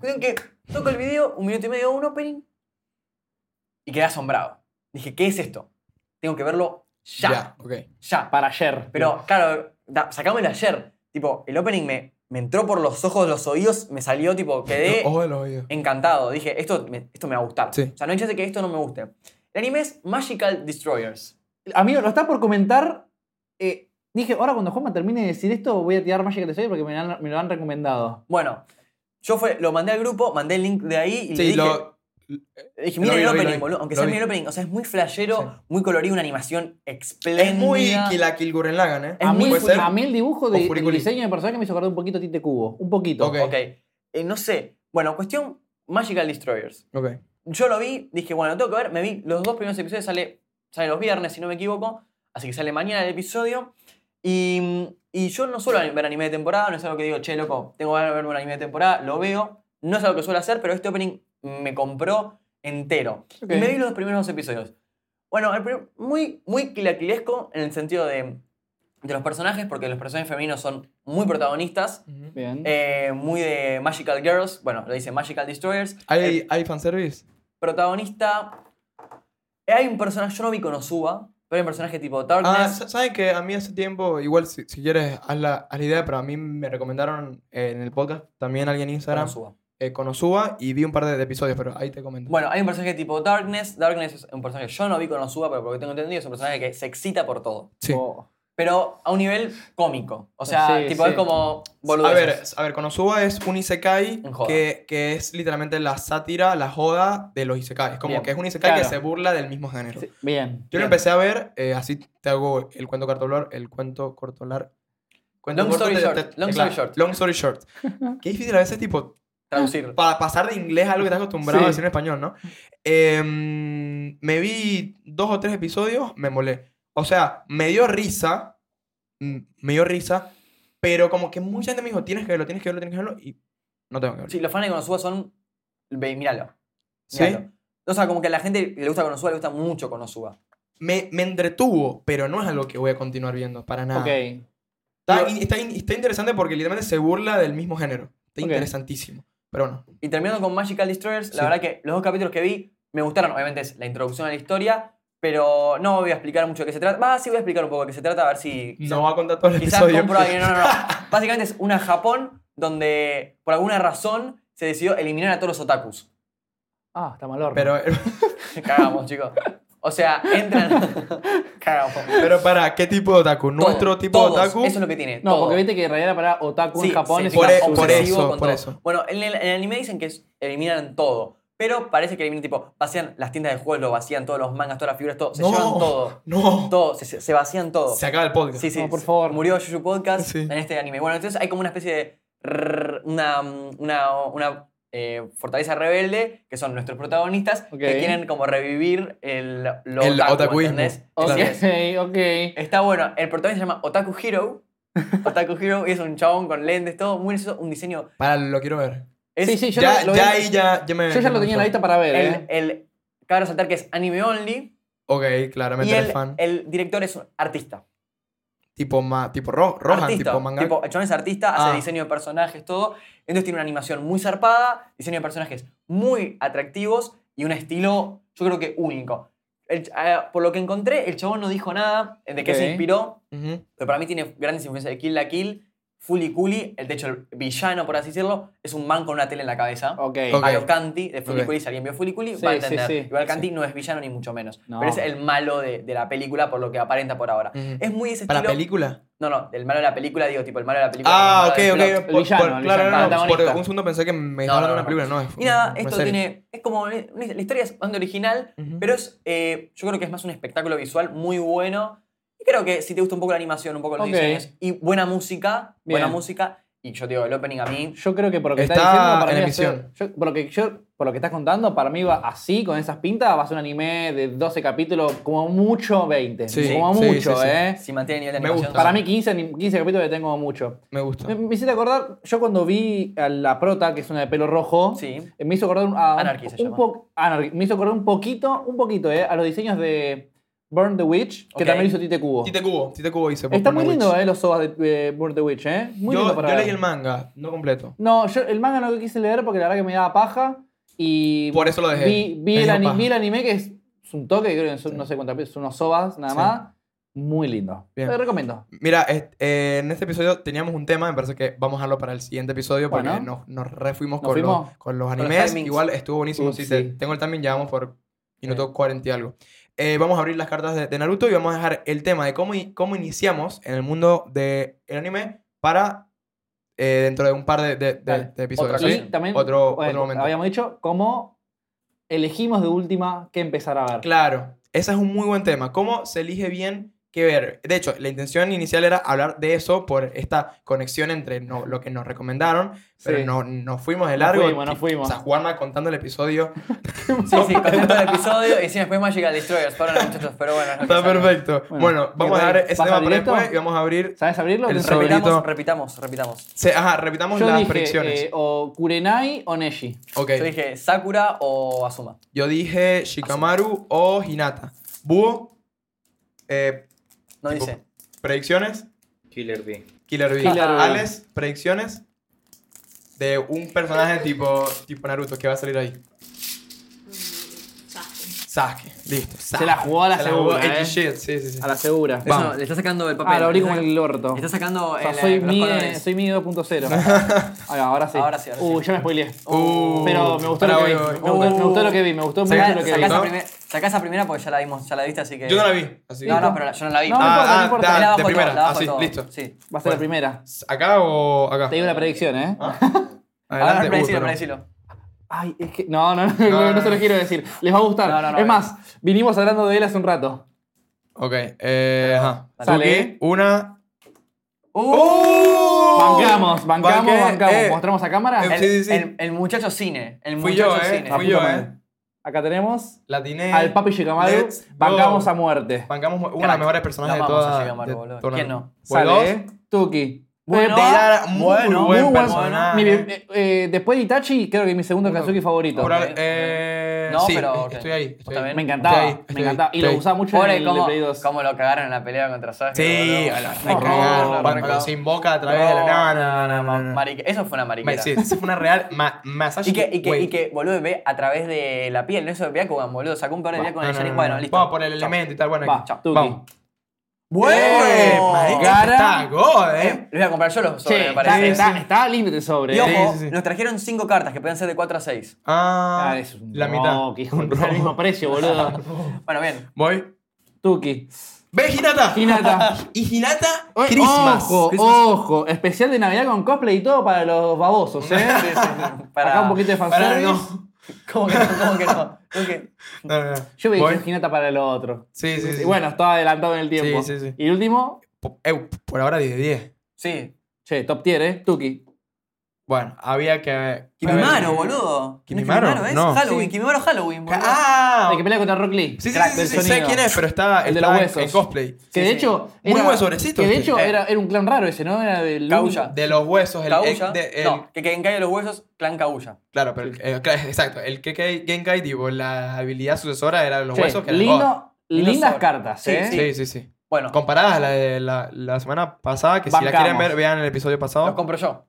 Cuestión que toco el video, un minuto y medio, un opening, y quedé asombrado. Dije, ¿qué es esto? Tengo que verlo ya, Eh,
Ya, ok.
ya.
Para ayer.
Pero claro, da, sacámoslo ayer. Tipo, el opening me, me entró por los ojos, los oídos, me salió, tipo, quedé
Ojo de los oídos.
encantado. Dije, esto me, esto me va a gustar.
Sí.
O sea, no hay chance que esto no me guste. El anime es Magical Destroyers.
Amigo, lo está por comentar. eh, dije, ahora cuando Juanma termine de decir esto, voy a tirar Magic Destroyer porque me, lo han- me lo han recomendado.
Bueno, yo fue, lo mandé al grupo, mandé el link de ahí y le
Sí,
dije,
lo,
le dije,
lo vi,
miren el
lo vi,
opening,
lo vi,
boludo. Aunque
lo
sea
vi.
miren el opening, o sea, es muy flashero,
Sí.
muy colorido, una animación espléndida.
es muy Kill la Kill Gurren Lagann, ¿eh?
Es
a, mí,
muy
¿Puede ser?
a mí el dibujo de,
O
el
Furikuri.
diseño de personaje me hizo acordar un poquito a Tite Cubo. Un poquito.
Ok.
Ok. Eh, no sé. Bueno, cuestión Magical Destroyers.
Ok.
yo lo vi, dije, bueno, lo tengo que ver. Me vi los dos primeros episodios, sale, sale los viernes, si no me equivoco. Así que sale mañana el episodio. Y, y yo no suelo ver anime de temporada, no es algo que digo, che, loco, tengo ganas de ver un anime de temporada, lo veo. No es algo que suelo hacer, pero este opening me compró entero.
Ok.
Y me vi los primeros dos episodios. Bueno, el prim- muy, muy quilaquilesco en el sentido de, de los personajes, porque los personajes femeninos son muy protagonistas,
Bien.
eh, muy de Magical Girls, bueno, lo dice Magical Destroyers.
¿Hay, ¿Hay fanservice?
protagonista. eh, Hay un personaje, yo no vi Konosuba, pero hay un personaje tipo
Ah,
Darkness.
sa- ¿saben que A mí hace tiempo, igual si, si quieres, haz la, haz la idea, pero a mí me recomendaron eh, en el podcast también alguien en Instagram
Konosuba.
eh, con Osuba y vi un par de, de episodios, pero ahí te comento.
Bueno, hay un personaje tipo Darkness. Darkness es un personaje, yo no vi Konosuba, pero por lo que tengo entendido, es un personaje que se excita por todo.
sí.
Oh.
Pero a un nivel cómico. O sea,
Sí,
tipo,
sí.
es como.
A ver,
boludeces.
a ver, Konosuba es un isekai
Un joda.
que, que es literalmente la sátira, la joda de los isekais. Como
Bien,
que es un isekai
claro.
que se burla del mismo género.
Sí, Bien.
Yo
Bien.
lo empecé a ver, eh, así te hago el cuento cortolar, el cuento cortolar. cuento
Long story
corto, te-
short,
te-
long
te-
story
claro,
short.
Long story short. Qué difícil a veces, tipo,
Traducir.
para pasar de inglés a algo que estás acostumbrado
Sí.
a decir en español, ¿no? Em, me vi dos o tres episodios, me molé. O sea, me dio risa, mm, me dio risa, pero como que mucha gente me dijo, tienes que verlo, tienes que verlo, tienes que verlo, y no tengo que verlo.
Sí, los fans de Konosuba son. Ve, míralo.
¿Sí?
míralo. O sea, como que a la gente que le gusta Konosuba, le gusta mucho Konosuba.
Me, me entretuvo, pero no es algo que voy a continuar viendo, para nada.
Ok.
Está, in- está in- está interesante porque literalmente se burla del mismo género. Está
Ok.
interesantísimo. Pero bueno.
Y terminando con Magical Destroyers, la
Sí.
verdad que los dos capítulos que vi me gustaron. Obviamente es la introducción a la historia, pero no voy a explicar mucho de qué se trata. Va, sí voy a explicar un poco de qué se trata, a ver si.
No va a contar todo el
Quizás
episodio.
compro a alguien. No, no, no. Básicamente es una Japón donde por alguna razón se decidió eliminar a todos los otakus.
Ah, está mal horno.
Pero,
Cagamos, chicos. O sea, entran. Cagamos.
pero para, ¿qué tipo de otaku? ¿Nuestro
Todo,
tipo
todos,
de otaku?
Eso es lo que tiene.
no,
todo.
porque viste que en realidad la palabra otaku en
Sí,
Japón
sí,
es
sí,
oh. Por e-
obsesivo
por eso,
con
por
todo.
eso.
Bueno, en el, en el anime dicen que es- eliminan todo. Pero parece que eliminan tipo, vacían las tiendas de juegos, lo vacían todos los mangas, todas las figuras, todo. Se
No,
llevan todo.
No.
Todo, se, se- se vacían todo.
Se acaba el podcast.
Sí, sí.
No, por favor.
Murió Yuyu Podcast
Sí.
en este anime. Bueno, entonces hay como una especie de. rrr, Una, una, una eh, Fortaleza Rebelde, que son nuestros protagonistas,
Ok.
que quieren como revivir el, lo
El
otaku,
otakuismo.
¿entendés?
Ok,
Claro.
Entonces,
ok.
Está bueno. El protagonista se llama Otaku Hero. Otaku Hero y es un chabón con lentes, todo muy gracioso, un diseño...
Para, lo quiero ver.
Es
Sí, sí, yo
ya,
lo- lo
ya
vi-
ahí ya, ya me.
Yo ya lo
me
tenía en la
gustó.
lista para ver,
el,
¿eh?
el, cabe resaltar que es anime only
Ok, claramente
y
eres
el, eh,
fan.
el director es un artista.
Tipo, ma, tipo ro, Rohan,
artista,
tipo manga.
el chabón es artista,
Ah.
hace diseño de personajes, todo. Entonces tiene una animación muy zarpada, diseño de personajes muy atractivos y un estilo, yo creo que único. El- eh, por lo que encontré, el chabón no dijo nada de qué
Ok.
se inspiró,
Ujú.
pero para mí tiene grandes influencias de Kill la Kill, Fully Cooley, el, de hecho el villano, por así decirlo, es un man con una tele en la cabeza.
Ok.
Ok.
A lo Canti, de Fully
Ok.
Cooley, si alguien vio Fully Cooley,
Sí,
va a
sí,
entender.
sí,
Igual Canti no es villano ni mucho menos.
No.
Pero es el malo de, de la película, por lo que aparenta por ahora.
Ujú.
Es muy ese
Mm. ¿Para
estilo.
película?
No, no, el malo de la película, digo, tipo, el malo de la película.
Ah, ok,
el malo del
ok.
plot.
El
por-
villano,
por-
el
claro,
villano.
no, no, por
Protagonista.
un segundo pensé que me
No,
estaba hablando de
no,
una película, no. es
Y nada,
una
esto
serie.
tiene. Es como. una- la historia es bastante original,
Ujú.
pero es. eh, yo creo que es más un espectáculo visual muy bueno. Y creo que si te gusta un poco la animación, un poco los
Ok.
diseños y buena música, buena
Bien.
música. Y yo te digo, el opening a mí.
Yo creo que por lo que
Está
estás diciendo, para
en
mí va a ser-
emisión.
yo- por, lo que yo- por lo que estás contando, para mí va así, con esas pintas, va a ser un anime de 12 capítulos, como mucho 20.
Sí,
como
sí,
mucho,
sí, sí.
¿eh?
Si mantiene el nivel de
Me
animación.
gusta.
Para mí 15, ni- 15 capítulos le tengo como mucho.
Me gusta.
Me, me hiciste acordar, yo cuando vi a la prota, que es una de pelo rojo,
Sí.
eh, me hizo acordar un- a,
Anarchy se
un
llama.
po- Anarchy. me hizo acordar un poquito, un poquito, eh, a los diseños de Burn the Witch, que
Ok.
también hizo Tite Cubo.
Tite Cubo, Tite Cubo hice. por
Está muy
Porno
lindo,
Witch.
eh, los sobas de eh, Burn the Witch, eh. Muy
yo
lindo para
yo
ver.
leí el manga, no completo.
No, yo el manga no lo quise leer porque la verdad que me daba paja y...
Por eso lo dejé.
Vi, vi
Me
el,
dio
ani-
paja.
vi el anime que es, es un toque, creo que son, no sé cuántas son unos sobas nada
Sí.
más. Muy lindo.
Bien.
Te recomiendo.
Mira, est- eh, en este episodio teníamos un tema, me parece que vamos a dejarlo para el siguiente episodio porque
Bueno.
nos, nos refuimos
¿Nos
con,
fuimos?
los, con los
los
animes.
timings.
Igual estuvo buenísimo.
Ups,
sí, te-
sí.
tengo el timing, ya vamos por minuto 40 y algo. Eh, vamos a abrir las cartas de, de Naruto y vamos a dejar el tema de cómo, i- cómo iniciamos en el mundo del anime para eh, dentro de un par de, de- de-
Dale.
de episodios.
Otro-
¿ok?
y también,
otro,
bueno,
otro momento.
Habíamos dicho cómo elegimos de última qué empezar a ver.
Claro, ese es un muy buen tema. ¿Cómo se elige bien qué ver? De hecho, la intención inicial era hablar de eso por esta conexión entre no- lo que nos recomendaron, pero
Sí.
no, nos fuimos de
Nos
largo.
fuimos, nos
Ti-
fuimos.
O sea, Juanma contando el episodio.
Sí, sí, contento el episodio. Y si después más llega el Destroyers. Perdón, muchachos, pero bueno. no
Está
pasa nada.
perfecto.
Bueno,
Bueno, vamos a
¿quieres
dejar ese
pasar
tema para
directo?
después y vamos a abrir.
¿Sabes abrirlo?
El
Yo
sobre-
Repitamos,
Favorito.
repitamos, repitamos.
se- ajá, repitamos las
dije
predicciones.
eh, o Kurenai o Neji.
ok.
Yo dije Sakura o Asuma.
Yo dije Shikamaru o Hinata. Búho, eh,
No
Tipo-
dice.
predicciones.
Killer B.
Killer Bee.
Killer Bee.
Alex, predicciones de un personaje tipo, tipo Naruto que va a salir ahí. Sasuke. Listo. Sasuke.
la jugó a la segura,
jugó
eh.
edgy shit, sí, sí, sí.
A la segura.
Vamos.
Eso, le está sacando el papel.
Ah, lo abrí
Le
como
está-
el orto.
le Está sacando
O sea,
Este el, eh,
soy
los
Mie,
colores.
soy Mie 2.0. Ahora, ahora sí.
Ahora sí, ahora sí.
Uh, ya me spoileé.
Uh,
Pero me gustó,
pará,
lo que vi.
voy, voy,
Me, gustó,
voy.
me gustó lo que vi. Me gustó mucho
Sacá-
lo que vi.
Sacá
sacás-
esa,
¿no?
primer- sacá esa primera porque ya la vimos, ya la viste, así que.
Yo no la vi. Así.
No, no, pero la- yo no la vi.
No,
Ah,
importa, no
ah,
importa.
da-
la bajo
de
todo,
primera.
la bajo
así,
todo.
listo.
Sí.
Va a ser la
Bueno. Ah.
primera.
¿Acá o acá?
Te digo una predicción, ¿eh?
Ahora
Adelante.
predecilo,
uh, pero-
predecilo.
Ay, es que. No, no, no, no,
no,
se lo
no.
quiero decir. Les va a gustar.
No, no, no,
eh.
es
no.
más, vinimos hablando de él hace un rato.
Ok. Eh, ajá.
Sale.
Sale. Una. Uh,
¡Uh!
Bancamos, bancamos,
Banqué,
bancamos.
eh.
¿Mostramos a cámara?
Eh,
El,
Sí, sí, sí.
el- el muchacho cine. El
Fui yo,
muchacho
eh.
cine.
Ah,
Fui
puta
yo,
madre.
eh.
Acá tenemos
Latiné.
al Papi Shikamaru.
Let's go.
Bancamos a muerte.
Bancamos una de
Crack.
las mejores personajes
Lo
de
amamos a
toda.
Shikamaru,
de
boludo.
toda-
¿Quién no?
Fue
Sale,
dos.
eh. Tuki.
Bueno,
Eh,
Deidara, muy
bueno,
buen
muy bueno.
personaje.
Mi- eh, eh, después de Itachi, creo que mi segundo
Uno.
Kazuki favorito.
Por
Ok,
al- eh,
No,
sí,
pero,
eh,
ok.
estoy ahí. Estoy
Está
ahí.
bien.
Me encantaba,
Estoy ahí,
me
estoy
encantaba.
ahí,
Y lo
estoy
usaba mucho
Pobre,
en el de
cómo,
Play 2.
cómo lo cagaron en la pelea contra Sasuke.
Sí,
boludo.
a la
No,
recagada,
no, no,
cuando
recagado.
se invoca a través de la
No,
nana.
Marique- Eso fue una mariquera.
Sí, eso fue una real ma- Masashi.
Y que, y, que,
Wait.
y que, boludo, ve a través de la piel, no eso de Byakugan, boludo. Sacó un peor de
Va,
Byakugan
no,
en el
no, no,
Sharingan.
no.
Bueno, listo.
Vamos por el
Chao.
elemento y tal. Bueno,
Va,
aquí.
Tuki.
vamos. ¡Eh!
¡Bueno!
Marica,
Cara.
está God,
Eh,
eh.
los voy a comprar yo los sobres,
Che,
me
está,
parece.
está, está límite sobre.
Y
eh.
ojo,
sí, sí.
nos trajeron cinco cartas que pueden ser de 4 a 6.
Ah,
Ah, eso es un
la
robo, que
mitad.
hijo, está al mismo precio, boludo.
Bueno, bien.
Voy.
Tuki.
¡Ve, Hinata!
Hinata.
Y Hinata,
Oye,
Christmas.
Ojo,
Christmas.
ojo. Especial de Navidad con cosplay y todo para los babosos, ¿eh?
Para-
Acá un poquito de
Pará,
fanservice.
no.
¿Cómo que no? ¿Cómo que no? ¿Cómo que-
No, no, no.
Yo veía
Voy.
Ginata para lo otro.
Sí, sí, sí.
Y bueno, estaba adelantado en el tiempo.
Sí, sí, sí.
Y el último,
Po- eh, por ahora 10 de 10.
Sí.
che, top tier, ¿eh? Tuki.
Bueno, había que.
Kimimaro, boludo.
Kimimaro,
¿No es?
no.
Halloween,
Sí.
Kimimaro Halloween, boludo.
¡Ah!
El que pelea contra Rock Lee.
Sí, sí,
Crack
sí,
del
sí, sí, sé
sonido.
quién es, pero está,
El de
está
los huesos.
en cosplay.
Que
Sí,
de
sí.
hecho.
Muy buen sobrecito
Que de
este.
hecho
Eh.
era, era un clan raro ese, ¿no? Era del.
Caulla.
De los huesos, el, el-
Kaguya.
de- el-
No, que quien caiga los huesos, clan Kaguya.
Claro, pero eh, claro, exacto. El que Genkai, tipo, la habilidad sucesora era los
Che,
huesos que era el God.
lindo,
Lindo
lindas
sobre.
cartas,
Sí,
¿eh?
Sí, sí, sí.
Bueno,
Comparadas a la de la, la semana pasada, que si la
Bancamos.
quieren ver, vean el episodio pasado.
los compro yo.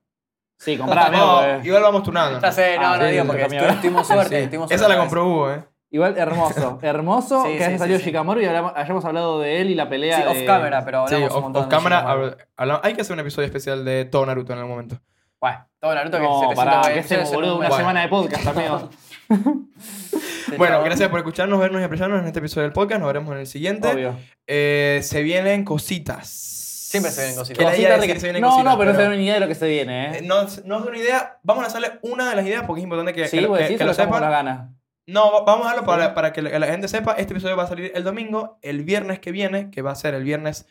Sí, comprá,
No,
amigo, eh.
igual vamos turnando.
Esta sé, no,
Ah,
no
sí,
digo
sí,
porque
sí, sí.
estu- tuvimos suerte.
Sí.
tuvimos
Esa
suerte.
la compró Hugo, ¿eh?
Igual hermoso, hermoso
Sí,
que
sí,
haya
sí,
salido
sí.
Shikamaru y hablamos- hayamos hablado de él y la pelea.
Sí,
de-
off camera, pero
Sí,
hablamos
off,
un montón.
off
de
camera.
Shikamaru.
habla- habla- hay que hacer un episodio especial de todo Naruto en algún momento.
Bueno, todo Naruto que
No,
700
pará, que
episodios
hacemos,
en un
boludo, una
mes.
Bueno.
semana de podcast, amigo.
Bueno,
Bueno,
chao.
gracias por escucharnos, vernos y apoyarnos en este episodio del podcast. Nos veremos en el siguiente.
Obvio.
Eh, se vienen cositas. Siempre
se vienen cositas.
Que la idea
Cositas
es
de
que
que-
se vienen
no,
cositas,
no, pero no tengo ni idea de lo que se viene,
Eh,
¿eh?
No, no es una idea. Vamos a lanzarle una de las ideas porque es importante que,
sí,
que-
vos
que-
decís,
que
lo
lo
con las
sepan.
ganas.
No, va- vamos a darlo para, para que la la gente sepa. Este episodio va a salir el domingo, el viernes que viene, que va a ser el viernes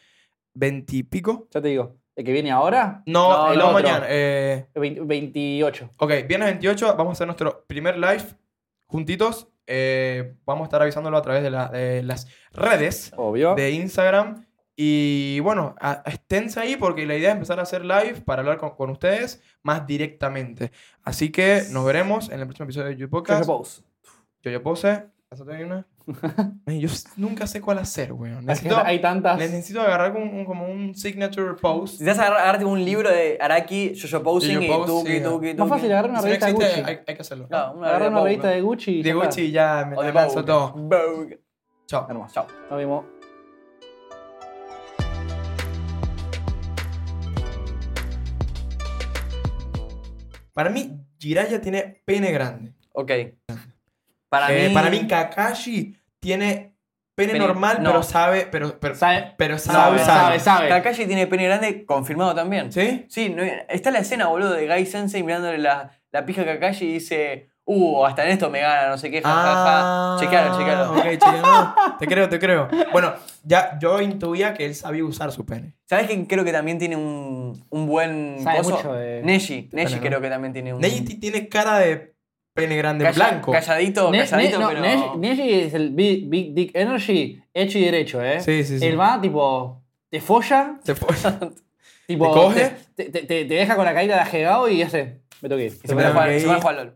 20 y pico.
Ya te digo, el que viene ahora,
No,
No,
el
el
no
otro.
mañana. eh,
el 20 28.
ok, viernes 28 vamos a hacer nuestro primer live juntitos. Eh, vamos a estar avisándolo a través de, la- de las redes
Obvio.
de Instagram. Y bueno, a- esténse ahí porque la idea es empezar a hacer live para hablar con, con ustedes más directamente. Así que nos veremos en el próximo episodio de
Yo
YouPodcast.
repose.
Yo yo pose. ¿Lázate ahí una? Man, yo s- nunca sé cuál hacer, weón.
Es que
Necesito,
hay tantas.
necesito agarrar como un, como un signature pose.
Necesitas agarrar, agarrarte un libro de Araki, Jojo Posing y
Yo-Yo
Tuki,
Posing,
Tuki,
sí.
Tuki.
Más fácil agarrar una
Si no
revista de
existe,
Gucci.
hay, hay que hacerlo.
No, una
Agarrar una
Vogue,
revista de Gucci
De
y ya está.
Gucci ya me
O de
lanzo
Vogue.
todo.
Vogue.
Chao.
Hermoso.
Chao.
Nos vemos.
Para mí, Jiraiya tiene pene grande.
Ok. Para
Eh,
mí.
para mí, Kakashi tiene pene,
Pene-
normal,
no.
pero sabe, pero, pero,
Sabe.
pero sabe,
Sabe,
sabe,
sabe, sabe.
Kakashi tiene pene grande confirmado también.
¿Sí?
Sí, no- está la escena, boludo, de Gai Sensei mirándole la, la pija a Kakashi y dice, uh, hasta en esto me gana, no sé qué, jajaja. Chequealo, chequealo.
Ah, Ok, chequealo. te creo, te creo. Bueno, ya yo intuía que él sabía usar su pene.
¿Sabes quién creo que también tiene un, un buen
Sabe
coso?
mucho de-
Neji. Neji
Bueno,
creo que también tiene un...
Neji ti- tiene cara de pene grande
Mm. calla-
blanco.
Calladito,
Ne-
calladito,
ne- no,
pero...
Neji- Neji es el big, Big Dick Energy hecho y derecho, ¿eh?
Sí, sí, sí.
Él va, tipo, te folla,
Se fue.
tipo,
coge.
te, te- te- te deja con la caída de ajegado y hace, me toqué.
Y se pone a jugar- se pone a jugar al LOL.